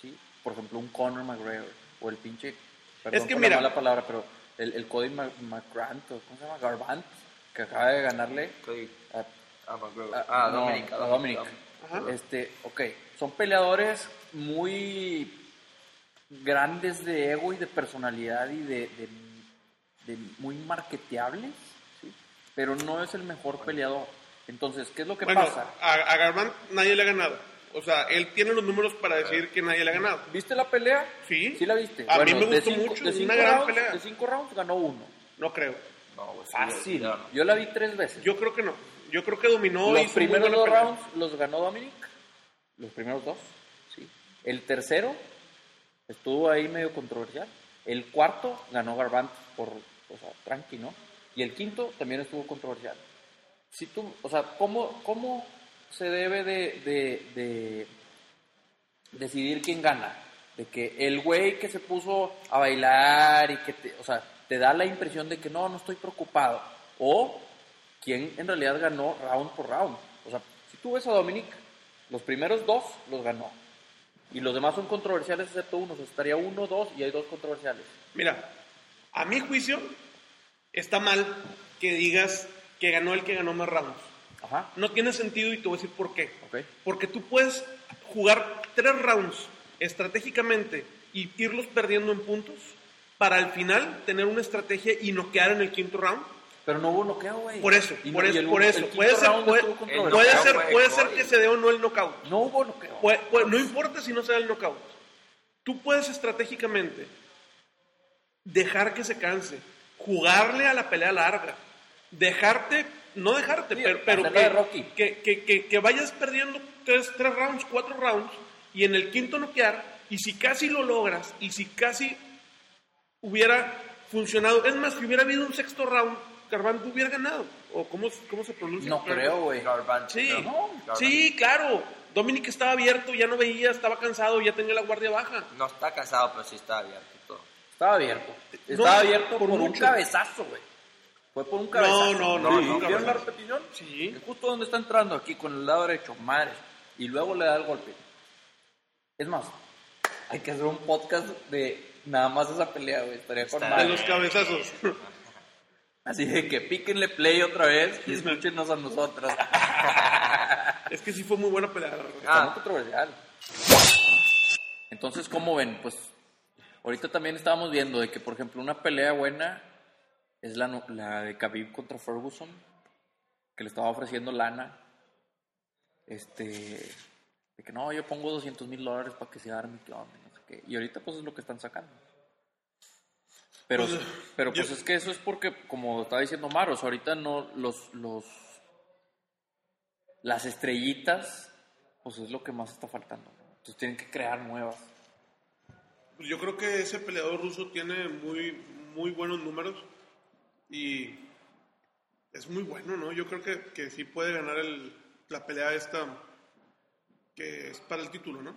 [SPEAKER 3] ¿sí? Por ejemplo, un Conor McGregor, o el pinche, perdón
[SPEAKER 2] Es que
[SPEAKER 3] por
[SPEAKER 2] mira-
[SPEAKER 3] la mala palabra, pero el, el Cody Ma- McGrant, o ¿cómo se llama? Garbant, que acaba de ganarle
[SPEAKER 6] Cody.
[SPEAKER 3] a,
[SPEAKER 6] Ah, McGregor.
[SPEAKER 3] a-
[SPEAKER 6] Ah,
[SPEAKER 3] no,
[SPEAKER 6] Dominic,
[SPEAKER 3] a
[SPEAKER 6] ah,
[SPEAKER 3] Dominic.
[SPEAKER 6] Dominic.
[SPEAKER 2] Ajá.
[SPEAKER 3] Este, ok, son peleadores muy grandes de ego y de personalidad y de, de- de muy marketeables, ¿sí? pero no es el mejor peleador. Entonces, ¿qué es lo que
[SPEAKER 2] Bueno,
[SPEAKER 3] pasa?
[SPEAKER 2] a, a Garban nadie le ha ganado. O sea, él tiene los números para decir que nadie le ha ganado.
[SPEAKER 3] ¿Viste la pelea?
[SPEAKER 2] Sí.
[SPEAKER 3] Sí la viste.
[SPEAKER 2] A mí
[SPEAKER 3] Bueno,
[SPEAKER 2] me
[SPEAKER 3] de
[SPEAKER 2] gustó
[SPEAKER 3] cinco-
[SPEAKER 2] mucho,
[SPEAKER 3] de
[SPEAKER 2] una
[SPEAKER 3] cinco
[SPEAKER 2] gran
[SPEAKER 3] rounds-
[SPEAKER 2] pelea.
[SPEAKER 3] De cinco rounds ganó uno.
[SPEAKER 2] No creo.
[SPEAKER 6] No, güey, sí,
[SPEAKER 3] Fácil.
[SPEAKER 6] no.
[SPEAKER 3] Yo la vi tres veces.
[SPEAKER 2] Yo creo que no. Yo creo que dominó y
[SPEAKER 3] los
[SPEAKER 2] hizo
[SPEAKER 3] primeros
[SPEAKER 2] muy buena
[SPEAKER 3] dos
[SPEAKER 2] pelea.
[SPEAKER 3] rounds los ganó Dominic. Los primeros dos. Sí. El tercero estuvo ahí medio controversial. El cuarto ganó Garbant por, o sea, tranqui, ¿no? Y el quinto también estuvo controversial. Si tú, o sea, ¿cómo, cómo se debe de, de- de decidir quién gana? De que el güey que se puso a bailar y que, te, o sea, te da la impresión de que no, no estoy preocupado. O quién en realidad ganó round por round. O sea, si tú ves a Dominic, los primeros dos los ganó. Y los demás son controversiales excepto uno. O sea, estaría uno, dos y hay dos controversiales.
[SPEAKER 2] Mira, a mi juicio está mal que digas que ganó el que ganó más rounds.
[SPEAKER 3] Ajá.
[SPEAKER 2] No tiene sentido y te voy a decir por qué.
[SPEAKER 3] Ok.
[SPEAKER 2] Porque tú puedes jugar tres rounds estratégicamente y irlos perdiendo en puntos para al final tener una estrategia y no quedar en el quinto round.
[SPEAKER 3] Pero no hubo noqueo, güey.
[SPEAKER 2] Por eso,
[SPEAKER 3] Y no-
[SPEAKER 2] por
[SPEAKER 3] y
[SPEAKER 2] eso,
[SPEAKER 3] el-
[SPEAKER 2] por
[SPEAKER 3] el
[SPEAKER 2] eso.
[SPEAKER 3] quinto
[SPEAKER 2] Puede ser,
[SPEAKER 3] round
[SPEAKER 2] puede,
[SPEAKER 3] estuvo
[SPEAKER 2] puede
[SPEAKER 3] controversial.
[SPEAKER 6] knockout
[SPEAKER 2] ser,
[SPEAKER 6] fue de
[SPEAKER 2] puede ser
[SPEAKER 6] Cody.
[SPEAKER 2] que se dé o no el knockout.
[SPEAKER 3] No hubo noqueo.
[SPEAKER 2] Pue- pue- no importa si no se da el knockout. Tú puedes estratégicamente dejar que se canse, jugarle a la pelea larga, dejarte, no dejarte,
[SPEAKER 3] Sí,
[SPEAKER 2] pero, pero
[SPEAKER 3] hacerla de Rocky.
[SPEAKER 2] que, que, que- que- que vayas perdiendo tres, tres rounds, cuatro rounds, y en el quinto noquear, y si casi lo logras, y si casi hubiera funcionado, es más, si hubiera habido un sexto round, Carván hubiera ganado, o cómo, cómo se pronuncia.
[SPEAKER 3] No creo, güey.
[SPEAKER 6] Garbage,
[SPEAKER 2] Sí,
[SPEAKER 6] no, Garbage.
[SPEAKER 2] sí, claro. Dominic estaba abierto, ya no veía, estaba cansado, ya tenía la guardia baja.
[SPEAKER 6] No está casado, pero sí está abierto y todo.
[SPEAKER 3] Estaba abierto.
[SPEAKER 2] No,
[SPEAKER 3] Estaba abierto por,
[SPEAKER 2] por
[SPEAKER 3] un
[SPEAKER 2] mucho.
[SPEAKER 3] cabezazo, güey. Fue por un cabezazo.
[SPEAKER 2] no, no,
[SPEAKER 6] no,
[SPEAKER 3] ¿Sí?
[SPEAKER 6] no,
[SPEAKER 3] ¿Vieron la
[SPEAKER 6] cabezazo.
[SPEAKER 3] repetición?
[SPEAKER 2] Sí.
[SPEAKER 3] Es Justo donde está entrando aquí, con el lado derecho. Madre. Y luego le da el golpe. Es más, hay que hacer un podcast de nada más esa pelea, güey. Estaría con
[SPEAKER 6] Está
[SPEAKER 2] De
[SPEAKER 3] madre.
[SPEAKER 2] los cabezazos. <laughs>
[SPEAKER 3] Así de que píquenle play otra vez y escúchenos a nosotros.
[SPEAKER 2] Ah. es que sí fue muy buena pelea. la verdad.
[SPEAKER 3] Está muy controversial. Entonces, ¿cómo ven? Pues ahorita también estábamos viendo de que, por ejemplo, una pelea buena es la, no- la de Khabib contra Ferguson, que le estaba ofreciendo lana. Este, de que no, yo pongo 200 mil dólares para que se arme, que hombre, no sé qué. Y ahorita pues es lo que están sacando. Pero,
[SPEAKER 2] Pues,
[SPEAKER 3] pero pues
[SPEAKER 2] yo-
[SPEAKER 3] es que eso es porque, como estaba diciendo Maros, ahorita no los, los las estrellitas, pues es lo que más está faltando. ¿no? Entonces tienen que crear nuevas.
[SPEAKER 2] Pues yo creo que ese peleador ruso tiene muy, muy buenos números y es muy bueno, ¿no? Yo creo que, que sí puede ganar el, la pelea esta que es para el título, ¿no?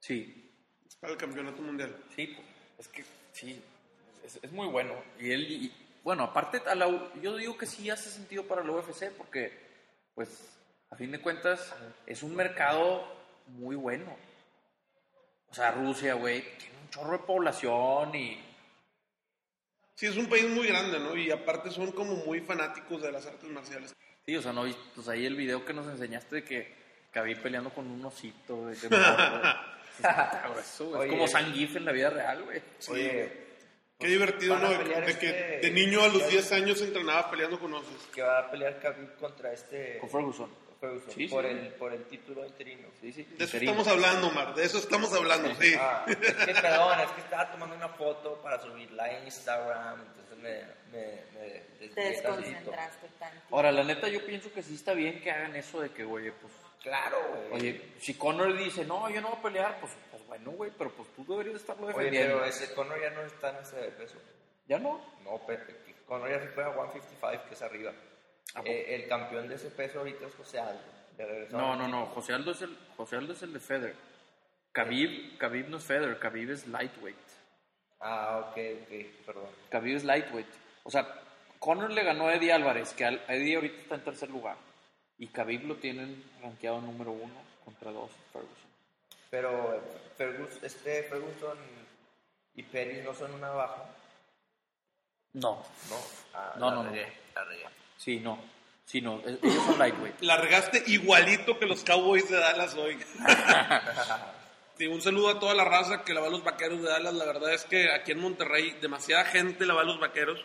[SPEAKER 3] Sí,
[SPEAKER 2] Es para el campeonato mundial.
[SPEAKER 3] sí, pues, es que sí, es, es muy bueno. Y él, y- bueno, aparte, a la U- yo digo que sí hace sentido para la UFC porque, pues, a fin de cuentas, es un mercado muy bueno. O sea, Rusia, güey, tiene un chorro de población y...
[SPEAKER 2] Sí, es un país muy grande, ¿no? Y aparte son como muy fanáticos de las artes marciales.
[SPEAKER 3] Sí, o sea, no viste, pues ahí el video que nos enseñaste de que Khabib peleando con un osito, güey, <laughs> de morro, güey. Está grueso, güey. Es
[SPEAKER 6] Oye.
[SPEAKER 3] como San Gif en la vida real, güey.
[SPEAKER 6] Oye,
[SPEAKER 2] Qué divertido,
[SPEAKER 6] pues, Van a
[SPEAKER 2] ¿no? De,
[SPEAKER 6] pelear
[SPEAKER 2] de que
[SPEAKER 6] este-
[SPEAKER 2] de niño a los 10 años entrenaba peleando con osos.
[SPEAKER 6] que va a pelear Khabib contra este...
[SPEAKER 3] Con Ferguson.
[SPEAKER 6] Ferguson,
[SPEAKER 3] Sí, sí,
[SPEAKER 6] por,
[SPEAKER 3] sí.
[SPEAKER 6] el, por el título interino.
[SPEAKER 3] Sí, sí.
[SPEAKER 2] De eso
[SPEAKER 3] interino.
[SPEAKER 2] estamos hablando, Mar. De eso estamos hablando, sí.
[SPEAKER 6] Ah, es que perdón, es que estaba tomando una foto para subirla en Instagram, entonces me, me, me
[SPEAKER 5] Te
[SPEAKER 6] desvié tantito.
[SPEAKER 5] desconcentraste tanto.
[SPEAKER 3] Ahora, la neta, yo pienso que sí está bien que hagan eso de que, güey, pues...
[SPEAKER 6] Claro, güey.
[SPEAKER 3] Oye, si Conor dice, no, yo no voy a pelear, pues, pues bueno, güey, pero pues tú deberías estarlo
[SPEAKER 6] Oye,
[SPEAKER 3] defendiendo.
[SPEAKER 6] pero ese Conor ya no está en ese peso.
[SPEAKER 3] ¿Ya no?
[SPEAKER 6] No, pero Conor ya se fue a 155, que es arriba.
[SPEAKER 3] ¿A poco?
[SPEAKER 6] Eh, el campeón de ese peso ahorita es José Aldo. Le regresó
[SPEAKER 3] No,
[SPEAKER 6] al
[SPEAKER 3] no, no.
[SPEAKER 6] título.
[SPEAKER 3] José Aldo es el, José Aldo es el de Federer. Khabib, Khabib no es Federer, Khabib es lightweight.
[SPEAKER 6] Ah, ok, ok, perdón.
[SPEAKER 3] Khabib es lightweight. O sea, Conor le ganó a Eddie Álvarez, que al- Eddie ahorita está en tercer lugar. Y Khabib lo tienen rankeado número uno contra dos Ferguson.
[SPEAKER 6] Pero Fergus, este Ferguson y Pérez no son una baja.
[SPEAKER 3] No.
[SPEAKER 6] No, Ah,
[SPEAKER 3] No,
[SPEAKER 6] la
[SPEAKER 3] no, no.
[SPEAKER 6] regué, la regué.
[SPEAKER 3] Sí, no. Sí, no, eh, ellos son lightweight.
[SPEAKER 2] La regaste igualito que los Cowboys de Dallas
[SPEAKER 6] <laughs>
[SPEAKER 2] hoy. Sí, un saludo a toda la raza que la va a los vaqueros de Dallas. La verdad es que aquí en Monterrey demasiada gente la va a los vaqueros.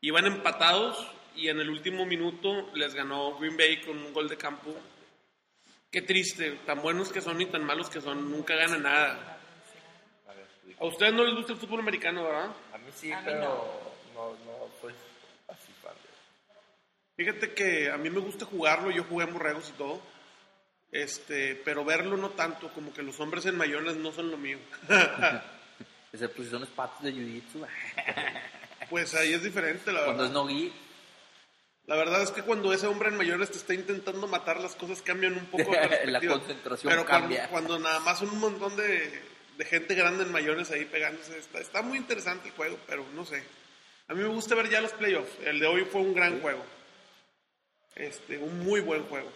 [SPEAKER 2] Iban empatados y en el último minuto les ganó Green Bay con un gol de campo. Qué triste, tan buenos que son y tan malos que son, nunca ganan nada.
[SPEAKER 6] A ver, explica.
[SPEAKER 2] A ustedes no les gusta el fútbol americano, ¿verdad?
[SPEAKER 6] A mí sí,
[SPEAKER 5] A mí
[SPEAKER 6] pero no. no, pues así fan de-
[SPEAKER 2] Fíjate que a mí me gusta jugarlo, yo jugué en borregos y todo. Este, pero verlo no tanto, como que los hombres en mayones no son lo mío. <laughs>
[SPEAKER 3] Excepto si son los patos de jiu-jitsu.
[SPEAKER 2] Pues ahí es diferente, la
[SPEAKER 3] Cuando
[SPEAKER 2] verdad.
[SPEAKER 3] es no-gi,
[SPEAKER 2] La verdad es que cuando ese hombre en mayores te está intentando matar, las cosas cambian un poco. de
[SPEAKER 3] <laughs> La
[SPEAKER 2] perspectiva.
[SPEAKER 3] concentración
[SPEAKER 2] Pero cuando-
[SPEAKER 3] cambia.
[SPEAKER 2] Cuando, nada más un montón de, de gente grande en mayores ahí pegándose, está, está muy interesante el juego, pero no sé. A mí me gusta ver ya los playoffs. El de hoy fue un gran juego. Este, un muy buen juego.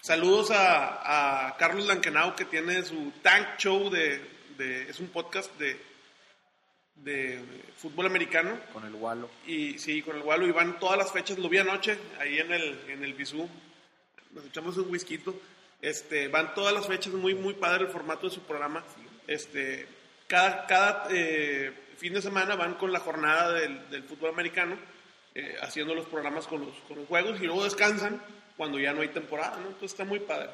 [SPEAKER 2] Saludos a, a Carlos Lankenau que tiene su Tank Show de, de- es un podcast de, de fútbol americano.
[SPEAKER 3] con el gualo.
[SPEAKER 2] Y sí, con el Gualo Iván, todas las fechas, lo vi anoche, ahí en el, en el Bisú, nos echamos un whisky, este, van todas las fechas, muy, muy padre el formato de su programa, este, cada, cada eh, fin de semana van con la jornada del, del fútbol americano, eh, haciendo los programas con los, con los juegos y luego descansan cuando ya no hay temporada, ¿no? Entonces está muy padre.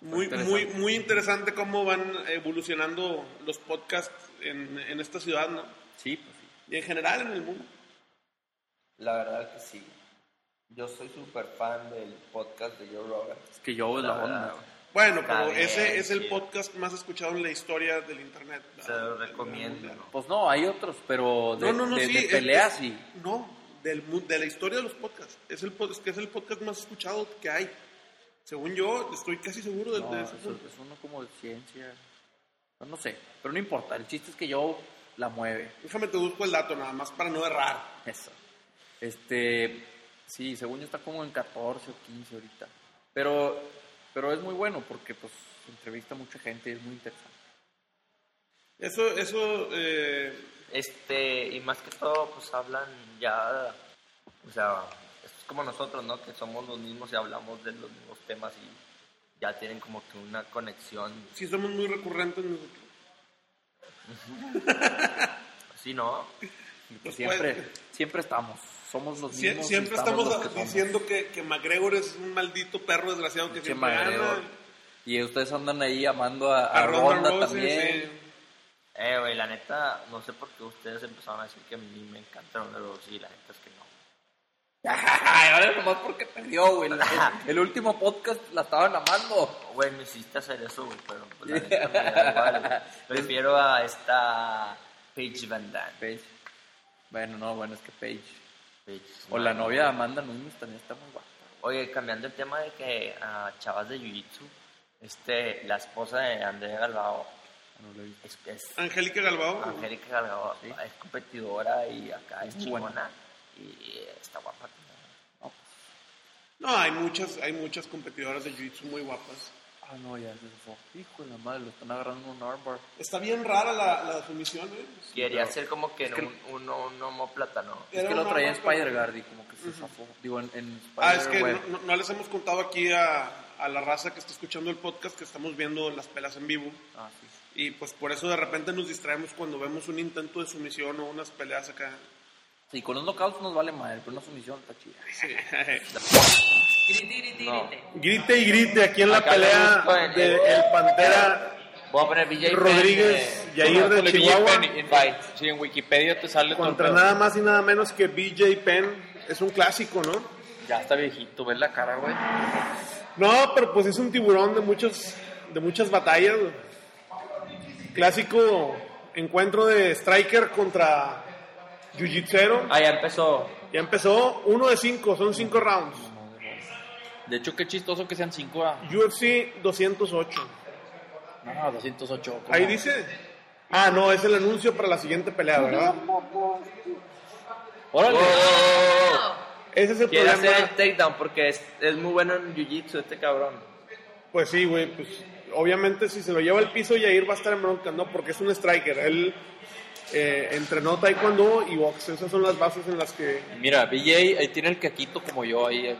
[SPEAKER 2] Muy, muy,
[SPEAKER 3] Ah, pues, interesante.
[SPEAKER 2] muy interesante cómo van evolucionando los podcasts en, en esta ciudad, ¿no?
[SPEAKER 3] Sí, pues sí.
[SPEAKER 2] Y en general en el mundo.
[SPEAKER 6] La verdad que sí. Yo soy súper fan del podcast de Joe Rogan.
[SPEAKER 3] Es que yo
[SPEAKER 6] Pues
[SPEAKER 3] es la
[SPEAKER 2] Ah.
[SPEAKER 3] onda.
[SPEAKER 6] verdad.
[SPEAKER 2] Bueno,
[SPEAKER 6] Está
[SPEAKER 2] pero
[SPEAKER 6] bien,
[SPEAKER 2] ese es el
[SPEAKER 6] sí.
[SPEAKER 2] podcast más escuchado en la historia del internet.
[SPEAKER 6] Se lo recomiendo.
[SPEAKER 3] Pues no, hay otros, pero de,
[SPEAKER 2] No, no, no,
[SPEAKER 3] de-
[SPEAKER 2] sí.
[SPEAKER 3] de
[SPEAKER 2] es-
[SPEAKER 3] peleas
[SPEAKER 2] es-
[SPEAKER 3] y...
[SPEAKER 2] No, del, mu- de la historia de los podcasts. Es el, pod- es que es el podcast más escuchado que hay. Según yo, estoy casi seguro de,
[SPEAKER 3] No,
[SPEAKER 2] de
[SPEAKER 3] eso,
[SPEAKER 2] ese punto.
[SPEAKER 3] es uno como de ciencia. No, no sé, pero no importa. El chiste es que yo la mueve.
[SPEAKER 2] Déjame te busco el dato nada más para no errar.
[SPEAKER 3] Eso. Este, sí, según yo está como en 14 o 15 ahorita. Pero, pero es muy bueno porque pues entrevista a mucha gente y es muy interesante.
[SPEAKER 2] Eso, eso, eh,
[SPEAKER 6] Este, y más que todo, pues hablan ya, o sea, es como nosotros, ¿no? Que somos los mismos y hablamos de los mismos temas y ya tienen como que una conexión.
[SPEAKER 2] sí somos muy recurrentes nosotros.
[SPEAKER 6] Sí, ¿no?
[SPEAKER 3] Y, pues,
[SPEAKER 2] Pues,
[SPEAKER 3] siempre,
[SPEAKER 2] pues,
[SPEAKER 3] siempre estamos. Somos los
[SPEAKER 2] Sie-
[SPEAKER 3] mismos. y
[SPEAKER 2] siempre estamos,
[SPEAKER 3] los que somos.
[SPEAKER 2] diciendo que, que McGregor es un maldito perro desgraciado que
[SPEAKER 3] Che
[SPEAKER 2] siempre
[SPEAKER 3] McGregor.
[SPEAKER 2] gana.
[SPEAKER 3] Y ustedes andan ahí amando a, a
[SPEAKER 2] A Ronda
[SPEAKER 3] Ronda
[SPEAKER 2] Rousey,
[SPEAKER 3] también.
[SPEAKER 2] sí.
[SPEAKER 6] Eh, güey, la neta, no sé por qué ustedes empezaron a decir que a mí me encantaron los sí, la neta es que no.
[SPEAKER 3] Ay, ahora nomás porque perdió, güey. El, el último podcast la estaban amando.
[SPEAKER 6] Oh, Güey, me hiciste hacer eso, güey, pero pues, la neta me da igual, güey.
[SPEAKER 3] <laughs>
[SPEAKER 6] Prefiero a esta Paige Van Damme.
[SPEAKER 3] Paige. Bueno, no, bueno, es que Paige.
[SPEAKER 6] Paige,
[SPEAKER 3] O la
[SPEAKER 6] no.
[SPEAKER 3] novia de Amanda Nunes también está muy guapa.
[SPEAKER 6] Oye, cambiando el tema de que a chavas de Jiu-Jitsu, este, la esposa de Andrea Galvao
[SPEAKER 3] No lo he visto.
[SPEAKER 6] es, es
[SPEAKER 2] Angélica Galbao.
[SPEAKER 6] Angélica Galvao,
[SPEAKER 3] Sí.
[SPEAKER 6] es competidora y acá es
[SPEAKER 3] Muy buena.
[SPEAKER 6] chingona y está guapa.
[SPEAKER 2] No, hay muchas, hay muchas competidoras de jiu-jitsu muy guapas.
[SPEAKER 3] Ah, no, ya se fue. Hijo de la madre, lo están agarrando un armbar.
[SPEAKER 2] Está bien rara la, la sumisión, ¿eh?
[SPEAKER 6] Quería
[SPEAKER 3] pero-
[SPEAKER 6] ser como que,
[SPEAKER 3] es que-
[SPEAKER 6] un, un, un homóplata, ¿no?
[SPEAKER 3] Es
[SPEAKER 2] Era
[SPEAKER 3] que lo
[SPEAKER 2] una
[SPEAKER 3] traía en
[SPEAKER 2] marca-
[SPEAKER 3] Spider Guard y como que se zafó. Digo, en, en Spider
[SPEAKER 2] Ah, es que
[SPEAKER 3] Web.
[SPEAKER 2] no, no- no les hemos contado aquí a, a la raza que está escuchando el podcast que estamos viendo las pelas en vivo.
[SPEAKER 3] Ah, sí.
[SPEAKER 2] Y pues por eso de repente nos distraemos cuando vemos un intento de sumisión o unas peleas acá.
[SPEAKER 3] Sí, con los knockouts nos vale madre, pero una sumisión está chida.
[SPEAKER 5] Grite, grite, grite.
[SPEAKER 2] Grite y grite aquí en la
[SPEAKER 6] Acá lo pelea busco en- de El
[SPEAKER 2] Pantera.
[SPEAKER 6] Voy a poner BJ
[SPEAKER 2] Rodríguez, Penn, eh, Yair de ponle BJ Chihuahua. Penn
[SPEAKER 6] Sí, en Wikipedia te sale
[SPEAKER 2] nada más y nada menos que BJ Penn. Es un clásico, ¿no?
[SPEAKER 3] Ya está viejito, ves la cara, güey.
[SPEAKER 2] No, pero pues es un tiburón de muchas, de muchas batallas. güey. Clásico encuentro de striker contra jiu-jitsu.
[SPEAKER 6] Ah, ya empezó.
[SPEAKER 2] Ya empezó uno de cinco, son cinco rounds.
[SPEAKER 3] De hecho, qué chistoso que sean 5 a.
[SPEAKER 2] UFC 208.
[SPEAKER 3] No, 208. ¿cómo?
[SPEAKER 2] Ahí dice. Ah, no, es el anuncio para la siguiente pelea, ¿verdad?
[SPEAKER 3] ¡Órale!
[SPEAKER 2] Ese es el
[SPEAKER 6] Quiere
[SPEAKER 2] problema.
[SPEAKER 6] hacer el takedown porque es, es muy bueno en Jiu-Jitsu este cabrón.
[SPEAKER 2] Pues sí, güey, pues obviamente si se lo lleva al piso, Yair va a estar en broncas, ¿no? Porque es un striker. Él eh, entrenó taekwondo y box. Esas son las bases en las que...
[SPEAKER 7] Mira, BJ ahí tiene el quequito como yo ahí. eh.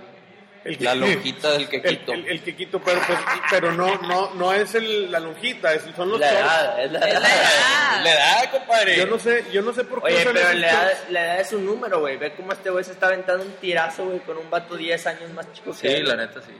[SPEAKER 2] el <laughs> que-
[SPEAKER 7] La lonjita del quequito.
[SPEAKER 2] El, el- el quequito, pero, pues, pero no, no, no es el- la lonjita, es- son los
[SPEAKER 6] La
[SPEAKER 2] shorts.
[SPEAKER 6] edad, es la
[SPEAKER 5] Es la
[SPEAKER 6] edad.
[SPEAKER 5] edad.
[SPEAKER 1] Ah.
[SPEAKER 7] Le da, compadre.
[SPEAKER 2] Yo no sé, yo no sé por qué
[SPEAKER 6] Oye,
[SPEAKER 2] usan
[SPEAKER 6] pero
[SPEAKER 2] esos
[SPEAKER 6] la edad,
[SPEAKER 2] shorts.
[SPEAKER 6] la edad es un número, güey. Ve cómo este güey se está aventando un tirazo, güey, con un vato 10 años más chico que
[SPEAKER 7] Sí,
[SPEAKER 6] él.
[SPEAKER 7] la neta sí.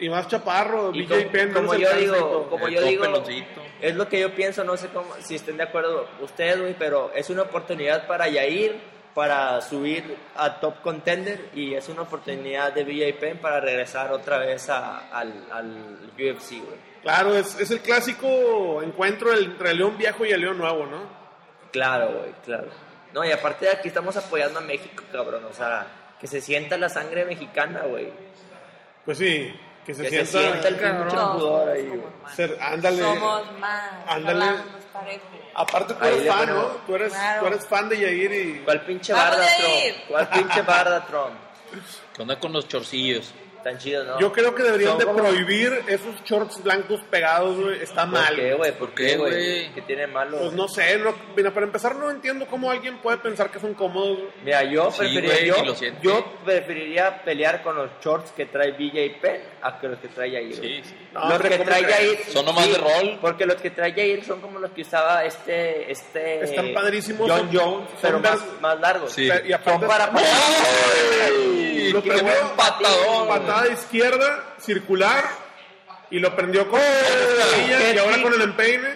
[SPEAKER 2] Y más chaparro,
[SPEAKER 6] Y
[SPEAKER 2] BJ
[SPEAKER 6] como-
[SPEAKER 2] Penn,
[SPEAKER 6] como
[SPEAKER 2] menos
[SPEAKER 6] yo
[SPEAKER 2] alcanza y
[SPEAKER 6] digo,
[SPEAKER 2] todo.
[SPEAKER 6] como
[SPEAKER 7] Eh,
[SPEAKER 6] yo
[SPEAKER 7] todo
[SPEAKER 6] digo,
[SPEAKER 7] peloncito.
[SPEAKER 6] es lo que yo pienso, no sé cómo, si estén de acuerdo ustedes, güey, pero es una oportunidad para Yair para subir a top contender y es una oportunidad de BJ Penn para regresar otra vez a- al, al UFC, güey.
[SPEAKER 2] Claro, es, es el clásico encuentro del- entre el león viejo y el león nuevo, ¿no?
[SPEAKER 6] Claro, güey, claro. No, y aparte de aquí estamos apoyando a México, cabrón, o sea, que se sienta la sangre mexicana, güey.
[SPEAKER 2] Pues sí, que se
[SPEAKER 6] Que
[SPEAKER 2] sienta...
[SPEAKER 6] se sienta el pinche
[SPEAKER 5] Todos
[SPEAKER 6] pudor ahí, güey.
[SPEAKER 5] somos más.
[SPEAKER 2] ser- ándale.
[SPEAKER 5] Somos más.
[SPEAKER 2] Ándale. Ah.
[SPEAKER 5] hablamos parejo.
[SPEAKER 2] Aparte tú
[SPEAKER 6] Ahí
[SPEAKER 2] eres
[SPEAKER 6] le
[SPEAKER 2] fan, ¿no?
[SPEAKER 6] ponemos.
[SPEAKER 2] Tú eres,
[SPEAKER 5] Claro.
[SPEAKER 2] tú eres fan de Yair y...
[SPEAKER 6] ¿Cuál pinche
[SPEAKER 5] Vamos
[SPEAKER 6] barda,
[SPEAKER 5] a ir.
[SPEAKER 6] Trump? ¿Cuál pinche barda, Trump?
[SPEAKER 7] ¿Qué onda con los chorcillos?
[SPEAKER 6] Tan chido, ¿no?
[SPEAKER 2] Yo creo que deberían
[SPEAKER 6] Son
[SPEAKER 2] de
[SPEAKER 6] como-
[SPEAKER 2] prohibir esos shorts blancos pegados, güey. Está mal.
[SPEAKER 6] ¿Por qué, güey? ¿Por
[SPEAKER 7] ¿Por
[SPEAKER 6] qué,
[SPEAKER 7] qué,
[SPEAKER 6] güey?
[SPEAKER 7] güey?
[SPEAKER 6] ¿Qué tiene de malo?
[SPEAKER 2] Pues no sé, no, mira, para empezar no entiendo cómo alguien puede pensar que son cómodos.
[SPEAKER 6] Mira, yo
[SPEAKER 7] Sí,
[SPEAKER 6] preferiría,
[SPEAKER 7] güey,
[SPEAKER 6] yo,
[SPEAKER 7] ni lo siente.
[SPEAKER 6] yo preferiría pelear con los shorts que trae BJ Penn a que los que trae Jair. güey.
[SPEAKER 7] sí.
[SPEAKER 2] No,
[SPEAKER 6] los
[SPEAKER 2] hombre,
[SPEAKER 6] que
[SPEAKER 2] ¿cómo
[SPEAKER 6] trae
[SPEAKER 2] crees?
[SPEAKER 6] Jair.
[SPEAKER 7] Son nomás de rol.
[SPEAKER 6] Porque los que trae Jair son como los que usaba este. este
[SPEAKER 2] Están padrísimos,
[SPEAKER 6] John
[SPEAKER 2] son-
[SPEAKER 6] Jones,
[SPEAKER 2] son
[SPEAKER 6] pero más,
[SPEAKER 2] vers-
[SPEAKER 6] más largos.
[SPEAKER 7] Sí.
[SPEAKER 2] Y
[SPEAKER 6] Son
[SPEAKER 2] aparte,
[SPEAKER 6] para.
[SPEAKER 7] ¡Ay!
[SPEAKER 2] lo
[SPEAKER 7] ¡Qué
[SPEAKER 2] prendió
[SPEAKER 7] buen patadón!
[SPEAKER 2] patada izquierda, circular, y lo prendió con
[SPEAKER 6] ¡Oh! ¡Qué
[SPEAKER 2] y ahora
[SPEAKER 6] rico!
[SPEAKER 2] con el empeine.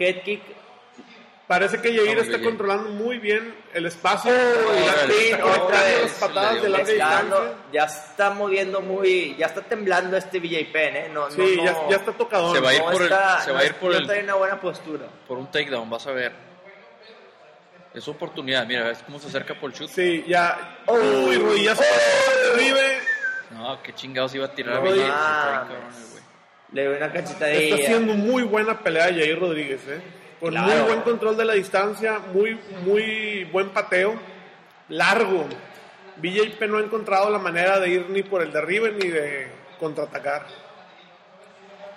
[SPEAKER 6] Head kick.
[SPEAKER 2] Parece que Yair
[SPEAKER 7] No,
[SPEAKER 2] está
[SPEAKER 7] Yair.
[SPEAKER 2] controlando muy bien el espacio. y la-
[SPEAKER 7] órale.
[SPEAKER 2] está
[SPEAKER 6] ¡Oh! Otra
[SPEAKER 2] conectando las
[SPEAKER 6] vez.
[SPEAKER 2] patadas de
[SPEAKER 7] Le dio.
[SPEAKER 2] larga
[SPEAKER 6] Está dando-
[SPEAKER 2] distancia.
[SPEAKER 6] ya está moviendo muy. Ya está temblando este BJ Penn, ¿eh? No, no,
[SPEAKER 2] Sí,
[SPEAKER 6] no,
[SPEAKER 2] ya, ya está tocadón.
[SPEAKER 7] Se va a ir
[SPEAKER 6] no
[SPEAKER 7] por el-
[SPEAKER 6] está-
[SPEAKER 7] se va
[SPEAKER 6] no
[SPEAKER 7] a ir por
[SPEAKER 6] no
[SPEAKER 7] el-
[SPEAKER 6] trae una buena postura.
[SPEAKER 7] Por un takedown, vas a ver. Es oportunidad, mira, ves cómo se acerca por el shoot.
[SPEAKER 2] Sí, ya. Uy, rodillazo. Ribe.
[SPEAKER 7] No, qué chingados iba a tirar a
[SPEAKER 6] No
[SPEAKER 7] mi
[SPEAKER 6] mames. Le doy una
[SPEAKER 2] Está
[SPEAKER 6] cachetadilla.
[SPEAKER 2] haciendo muy buena pelea Jair Rodríguez, ¿eh? Con
[SPEAKER 6] Claro.
[SPEAKER 2] muy buen control de la distancia, muy, muy buen pateo, largo. BJP no ha encontrado la manera de ir ni por el derribe ni de contraatacar.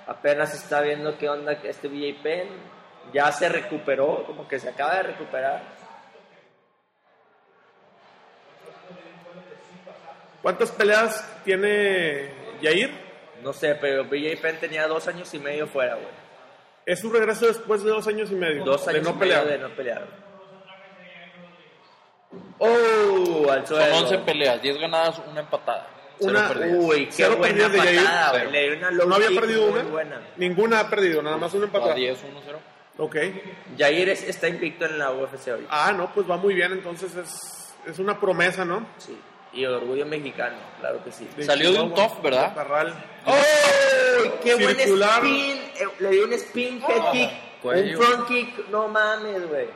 [SPEAKER 6] Apenas está viendo qué onda que este BJ Penn. Ya se recuperó, como que se acaba de recuperar.
[SPEAKER 2] ¿Cuántas peleas tiene Jair?
[SPEAKER 6] No sé, pero BJ Penn tenía dos años y medio fuera, güey.
[SPEAKER 2] Es su regreso después de dos años y medio.
[SPEAKER 6] Dos
[SPEAKER 2] de
[SPEAKER 6] años
[SPEAKER 2] no
[SPEAKER 6] y medio
[SPEAKER 2] pelear.
[SPEAKER 6] de no pelear. ¡Oh! Al
[SPEAKER 7] Son
[SPEAKER 6] suelo.
[SPEAKER 7] 11 peleas, 10 ganadas, una empatada. Cero
[SPEAKER 2] Una-
[SPEAKER 7] perdidas.
[SPEAKER 6] Uy, qué
[SPEAKER 2] Cero
[SPEAKER 6] buena
[SPEAKER 2] perdidas de Jair.
[SPEAKER 6] patada, güey.
[SPEAKER 7] Cero.
[SPEAKER 6] Le dio una low
[SPEAKER 2] ¿No había
[SPEAKER 6] kick
[SPEAKER 2] perdido
[SPEAKER 6] muy
[SPEAKER 2] una?
[SPEAKER 6] buena.
[SPEAKER 2] Ninguna ha perdido, nada más una
[SPEAKER 7] No,
[SPEAKER 6] Ah.
[SPEAKER 2] empatada.
[SPEAKER 7] 10, 1, 0.
[SPEAKER 2] Ok.
[SPEAKER 6] Jair es- está invicto en la UFC hoy.
[SPEAKER 2] Ah, no, pues va muy bien, entonces es, es una promesa, ¿no?
[SPEAKER 6] Sí. Y orgullo mexicano, claro que sí.
[SPEAKER 7] Salió de un
[SPEAKER 2] Chihuahua,
[SPEAKER 7] tough, ¿verdad?
[SPEAKER 2] de Parral.
[SPEAKER 6] ¡Oh! ¡Qué
[SPEAKER 2] Circular.
[SPEAKER 6] buen spin! Eh, Le dio un spin, head kick,
[SPEAKER 7] cuello.
[SPEAKER 6] un front kick. No mames, güey.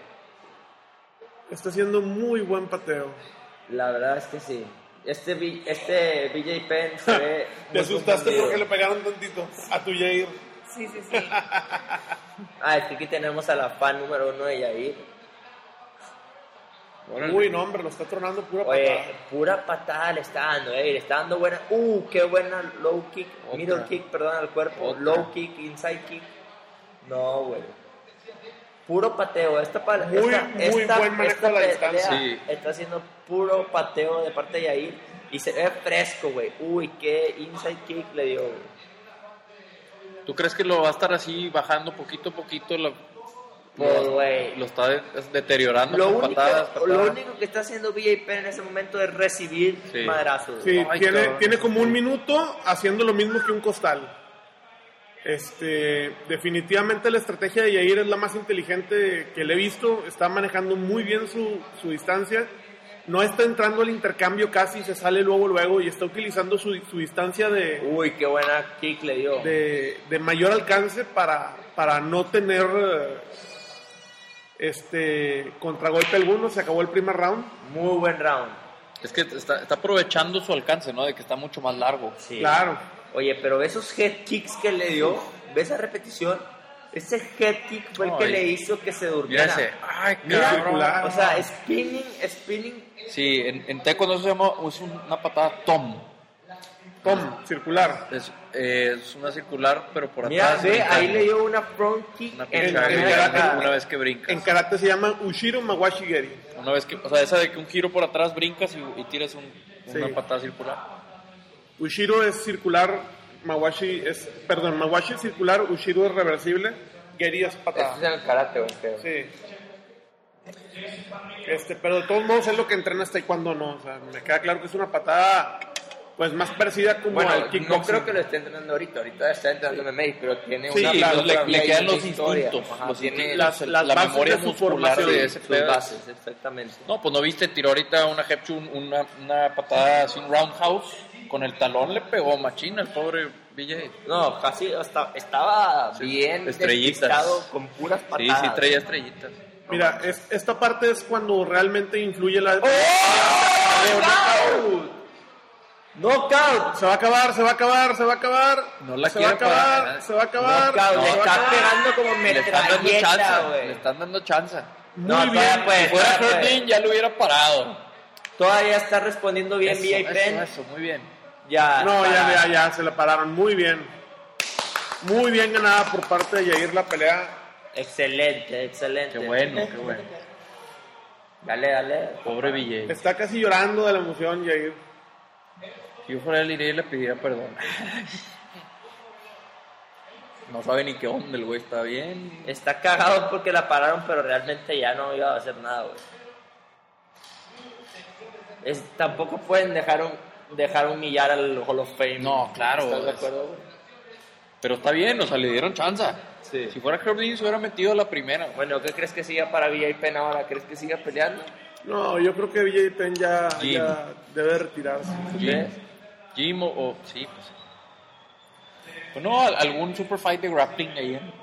[SPEAKER 2] Está haciendo muy buen pateo.
[SPEAKER 6] La verdad es que sí. Este, B- este BJ Penn se ve.
[SPEAKER 2] Te
[SPEAKER 6] muy
[SPEAKER 2] asustaste
[SPEAKER 6] confundido.
[SPEAKER 2] porque le pegaron tantito a tu Jair.
[SPEAKER 5] Sí,
[SPEAKER 2] <laughs>
[SPEAKER 5] sí, sí.
[SPEAKER 6] Ah, es que aquí tenemos a la fan número uno de Yair.
[SPEAKER 2] Uy, no, hombre, lo está tronando pura
[SPEAKER 6] Oye,
[SPEAKER 2] patada.
[SPEAKER 6] pura patada le está dando, eh. Le está dando buena. ¡Uh! ¡Qué buena low kick! Middle kick, perdón, al cuerpo.
[SPEAKER 7] Otra.
[SPEAKER 6] Low kick, inside kick. No, güey. Puro pateo. Esta, pa-
[SPEAKER 2] Muy,
[SPEAKER 6] esta,
[SPEAKER 2] muy
[SPEAKER 6] esta-
[SPEAKER 2] buen manejo
[SPEAKER 6] esta
[SPEAKER 2] de la
[SPEAKER 6] pelea
[SPEAKER 2] distancia.
[SPEAKER 7] Sí.
[SPEAKER 6] Está haciendo puro pateo de parte de Yair. Y se ve fresco, güey. Uy, qué inside kick le dio, güey.
[SPEAKER 7] ¿Tú crees que lo va a estar así bajando poquito a poquito? Lo,
[SPEAKER 6] Pues,
[SPEAKER 7] lo-
[SPEAKER 6] güey.
[SPEAKER 7] lo está de- es- deteriorando
[SPEAKER 6] Lo
[SPEAKER 7] con
[SPEAKER 6] único,
[SPEAKER 7] patadas,
[SPEAKER 6] lo
[SPEAKER 7] patadas.
[SPEAKER 6] único que está haciendo BJ Penn en ese momento es recibir
[SPEAKER 7] Sí.
[SPEAKER 6] madrazos.
[SPEAKER 2] Sí,
[SPEAKER 7] Ay,
[SPEAKER 2] tiene,
[SPEAKER 7] cabrón.
[SPEAKER 2] tiene como un minuto haciendo lo mismo que un costal. Este, definitivamente la estrategia de Jair es la más inteligente que le he visto. Está manejando muy bien su, su distancia. No está entrando al intercambio casi, se sale luego, luego y está utilizando su, su distancia de,
[SPEAKER 6] Uy, qué buena kick le dio.
[SPEAKER 2] de, de mayor alcance para, para no tener eh, este contragolpe alguno. Se acabó el primer round.
[SPEAKER 6] Muy buen round.
[SPEAKER 7] Es que está, está aprovechando su alcance, ¿no? De que está mucho más largo.
[SPEAKER 6] Sí.
[SPEAKER 2] Claro.
[SPEAKER 6] Oye, pero esos head kicks que le dio, ¿ves esa repetición? Ese head kick fue el que
[SPEAKER 7] Ay.
[SPEAKER 6] le hizo que se
[SPEAKER 7] Mira
[SPEAKER 6] durmiera.
[SPEAKER 7] ese. Ay,
[SPEAKER 2] Mira,
[SPEAKER 7] cabrón.
[SPEAKER 2] circular.
[SPEAKER 6] O sea, spinning, spinning.
[SPEAKER 7] Sí, en, en taekwondo eso se llama es una patada tom.
[SPEAKER 2] Tom, circular.
[SPEAKER 3] Es, eh, es una circular, pero por
[SPEAKER 6] Mira,
[SPEAKER 3] atrás.
[SPEAKER 6] ve,
[SPEAKER 3] brincando.
[SPEAKER 6] ahí le dio una front kick
[SPEAKER 3] Una
[SPEAKER 6] en
[SPEAKER 3] pinchada
[SPEAKER 6] la
[SPEAKER 2] en
[SPEAKER 3] que le
[SPEAKER 2] cara.
[SPEAKER 6] cara.
[SPEAKER 3] dan una vez que brincas.
[SPEAKER 2] En karate se llama Ushiro Mawashigeri.
[SPEAKER 3] Una vez que, o sea, esa de que un giro por atrás brincas y, y tiras un- una
[SPEAKER 2] Sí.
[SPEAKER 3] patada circular.
[SPEAKER 2] Ushiro es circular, Mawashi es, perdón, Mawashi es circular, Ushiro es reversible, Geri es
[SPEAKER 6] Esto es
[SPEAKER 2] patada.
[SPEAKER 6] en el karate, güey, creo.
[SPEAKER 2] Sí. Este, pero de todos modos es lo que entrenas taekwondo, no, o sea, me queda claro que es una patada, pues más parecida como
[SPEAKER 6] Bueno,
[SPEAKER 2] al kickboxing.
[SPEAKER 6] no creo que lo esté entrenando ahorita, ahorita está entrenando en MMA, pero tiene
[SPEAKER 2] Sí,
[SPEAKER 6] una
[SPEAKER 2] claro,
[SPEAKER 6] una-
[SPEAKER 3] le- le
[SPEAKER 6] una
[SPEAKER 3] quedan los
[SPEAKER 6] historia.
[SPEAKER 3] instintos, los
[SPEAKER 6] tiene
[SPEAKER 3] instintos.
[SPEAKER 2] las, las
[SPEAKER 3] la
[SPEAKER 2] bases
[SPEAKER 3] memoria
[SPEAKER 2] de su
[SPEAKER 3] muscular
[SPEAKER 2] formación.
[SPEAKER 3] de ese-
[SPEAKER 6] sus
[SPEAKER 3] pedo.
[SPEAKER 6] bases, exactamente.
[SPEAKER 3] No, pues no viste, tiró ahorita una Hepchu, un- una, una patada así, un roundhouse. Con el talón le pegó machina el pobre BJ.
[SPEAKER 6] No, casi hasta- estaba bien
[SPEAKER 3] Estrellitas.
[SPEAKER 6] despistado con puras
[SPEAKER 3] Sí,
[SPEAKER 6] patadas.
[SPEAKER 3] sí, traía estrellitas.
[SPEAKER 2] Mira, es- esta parte es cuando realmente influye
[SPEAKER 6] ¡Oh!
[SPEAKER 2] la...
[SPEAKER 6] ¡Knockout!
[SPEAKER 2] Se va a acabar, se va a acabar, se va a acabar.
[SPEAKER 3] No la
[SPEAKER 2] se va a
[SPEAKER 3] quiero para
[SPEAKER 2] acabar,
[SPEAKER 3] nada.
[SPEAKER 2] se va a acabar.
[SPEAKER 6] ¡Knockout!
[SPEAKER 2] se
[SPEAKER 6] le
[SPEAKER 2] va a
[SPEAKER 6] está
[SPEAKER 2] acabar.
[SPEAKER 6] pegando como
[SPEAKER 3] Le están dando
[SPEAKER 6] metralleta,
[SPEAKER 3] chance. Le
[SPEAKER 6] güey. pues,
[SPEAKER 3] están dando chance.
[SPEAKER 2] Muy
[SPEAKER 6] No,
[SPEAKER 2] bien.
[SPEAKER 6] todavía puede,
[SPEAKER 3] Si fuera
[SPEAKER 6] todavía puede.
[SPEAKER 3] Jardín ya lo hubiera parado.
[SPEAKER 6] Todavía está respondiendo bien
[SPEAKER 3] Eso,
[SPEAKER 6] BJ Penn.
[SPEAKER 3] eso, eso, muy bien.
[SPEAKER 6] Ya.
[SPEAKER 2] No, ya,
[SPEAKER 6] para-
[SPEAKER 2] ya, ya, se la pararon. Muy bien. Muy bien ganada por parte de Jair la pelea.
[SPEAKER 6] Excelente, excelente.
[SPEAKER 3] Qué bueno, qué bueno.
[SPEAKER 6] Dale, dale.
[SPEAKER 3] Pobre BJ.
[SPEAKER 2] Está casi llorando de la emoción, Jair.
[SPEAKER 3] Si yo fuera él, iría y le pidiera perdón. No sabe ni qué onda, el güey está bien.
[SPEAKER 6] Está cagado porque la pararon, pero realmente ya no iba a hacer nada, güey. Es, tampoco pueden dejar, un- dejar humillar al Hall of Fame.
[SPEAKER 3] No, claro,
[SPEAKER 6] ¿Estás de
[SPEAKER 3] güey.
[SPEAKER 6] acuerdo, güey?
[SPEAKER 3] Pero está bien, o sea, le dieron chance.
[SPEAKER 6] Sí.
[SPEAKER 3] Si fuera Herb Dean, se hubiera metido a la primera. güey.
[SPEAKER 6] Bueno, ¿qué crees que siga para Villa Penn ahora? ¿Crees que siga peleando?
[SPEAKER 2] No, yo creo que BJ Penn ya,
[SPEAKER 3] Jim.
[SPEAKER 2] ya debe retirarse.
[SPEAKER 3] Jim, Jim o, o- sí, pues. Pues no, al- algún super fight de grappling ahí. ¿eh?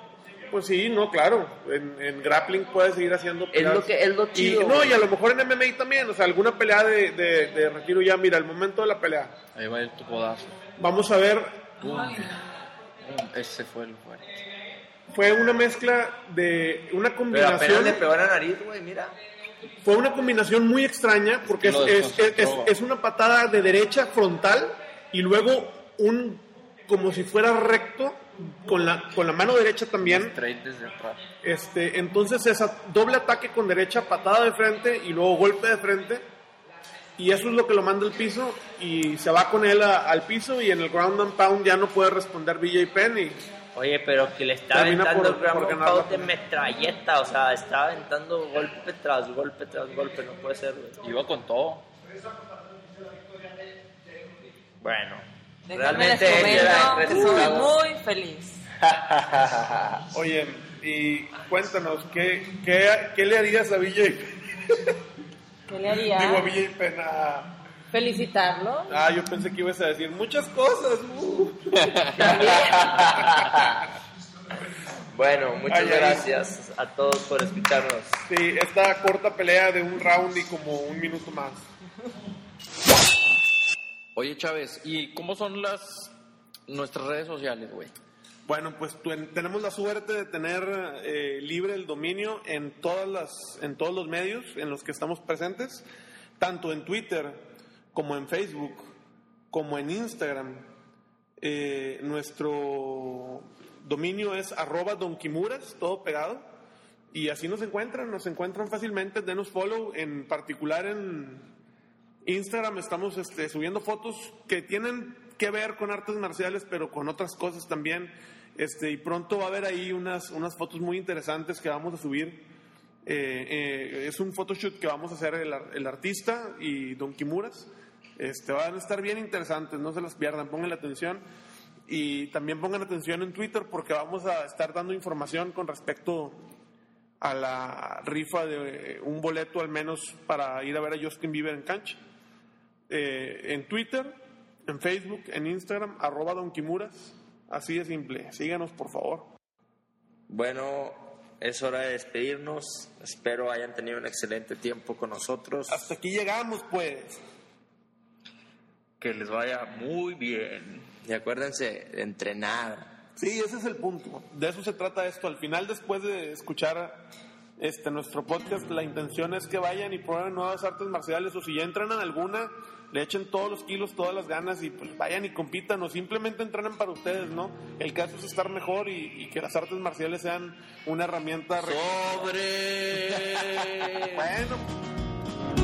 [SPEAKER 2] Pues sí, no, claro. En, en grappling puede seguir haciendo
[SPEAKER 6] Es
[SPEAKER 2] peleas.
[SPEAKER 6] lo que es lo
[SPEAKER 2] Y-
[SPEAKER 6] chido.
[SPEAKER 2] no,
[SPEAKER 6] güey.
[SPEAKER 2] y a lo mejor en MMA también. O sea, alguna pelea de, de, de retiro ya. Mira, el momento de la pelea.
[SPEAKER 3] Ahí va el tu codazo.
[SPEAKER 2] Vamos a ver
[SPEAKER 3] Pum, Ese fue el fuerte.
[SPEAKER 2] fue una mezcla de una
[SPEAKER 6] Pero apenas
[SPEAKER 2] combinación
[SPEAKER 6] le pegó en la nariz, güey, mira.
[SPEAKER 2] fue una combinación muy extraña porque es,
[SPEAKER 3] Lo
[SPEAKER 2] es- es- es-
[SPEAKER 3] desconcentró.
[SPEAKER 2] es una patada de derecha frontal y luego un como si fuera recto con la con la mano derecha también
[SPEAKER 3] Straight desde atrás.
[SPEAKER 2] este entonces esa doble ataque con derecha patada de frente y luego golpe de frente y eso es lo que lo manda al piso y se va con él a- al piso y en el ground and pound ya no puede responder BJ Penn y
[SPEAKER 6] Oye, pero que le está
[SPEAKER 2] Termina
[SPEAKER 6] aventando
[SPEAKER 2] por-
[SPEAKER 6] el gran
[SPEAKER 2] por ganar
[SPEAKER 6] knockout
[SPEAKER 2] la
[SPEAKER 6] de metralleta, o sea, está aventando golpe tras golpe tras golpe, no puede ser, güey.
[SPEAKER 3] Iba con todo.
[SPEAKER 6] Bueno,
[SPEAKER 1] Déjenme les
[SPEAKER 6] realmente él era el
[SPEAKER 1] comento, estoy
[SPEAKER 6] resultado.
[SPEAKER 1] muy feliz.
[SPEAKER 2] Oye, y cuéntanos, ¿qué, qué, qué le harías a BJ?
[SPEAKER 1] ¿Qué le
[SPEAKER 2] Digo, a
[SPEAKER 1] haría?
[SPEAKER 2] BJ Pena.
[SPEAKER 1] Felicitarlo.
[SPEAKER 2] Ah, yo pensé que ibas a decir muchas cosas. uh.
[SPEAKER 6] Bueno, muchas
[SPEAKER 2] Ay, ay.
[SPEAKER 6] gracias a todos por escucharnos.
[SPEAKER 2] Sí, esta corta pelea de un round y como un minuto más.
[SPEAKER 3] Oye, Chávez, ¿y cómo son las nuestras redes sociales, güey?
[SPEAKER 2] Bueno, pues tu- tenemos la suerte de tener eh, libre el dominio en, todas las, en todos los medios en los que estamos presentes, tanto en Twitter como en Facebook, como en Instagram. Eh, nuestro dominio es arroba donkimuras, todo pegado. Y así nos encuentran, nos encuentran fácilmente. Denos follow, en particular en Instagram estamos este, subiendo fotos que tienen que ver con artes marciales, pero con otras cosas también. Este, y pronto va a haber ahí unas, unas fotos muy interesantes que vamos a subir. Eh, eh, es un photoshoot que vamos a hacer el, ar- el artista y Don Kimuras. Este, van a estar bien interesantes, no se las pierdan, pongan la atención. Y también pongan atención en Twitter porque vamos a estar dando información con respecto a la rifa de eh, un boleto al menos para ir a ver a Justin Bieber en cancha. Eh, en Twitter, en Facebook, en Instagram, arroba Don Kimuras. Así de simple. Síganos, por favor.
[SPEAKER 6] Bueno, es hora de despedirnos. Espero hayan tenido un excelente tiempo con nosotros.
[SPEAKER 2] Hasta aquí llegamos, pues.
[SPEAKER 6] Que les vaya muy bien. Y acuérdense de entrenar.
[SPEAKER 2] Sí, ese es el punto. De eso se trata esto. Al final, después de escuchar este, nuestro podcast, la intención es que vayan y prueben nuevas artes marciales o si ya entrenan alguna, le echen todos los kilos, todas las ganas y pues vayan y compitan o simplemente entrenen para ustedes, ¿no? El caso es estar mejor y, y que las artes marciales sean una herramienta... re-
[SPEAKER 7] Sobre.
[SPEAKER 2] <laughs> Bueno,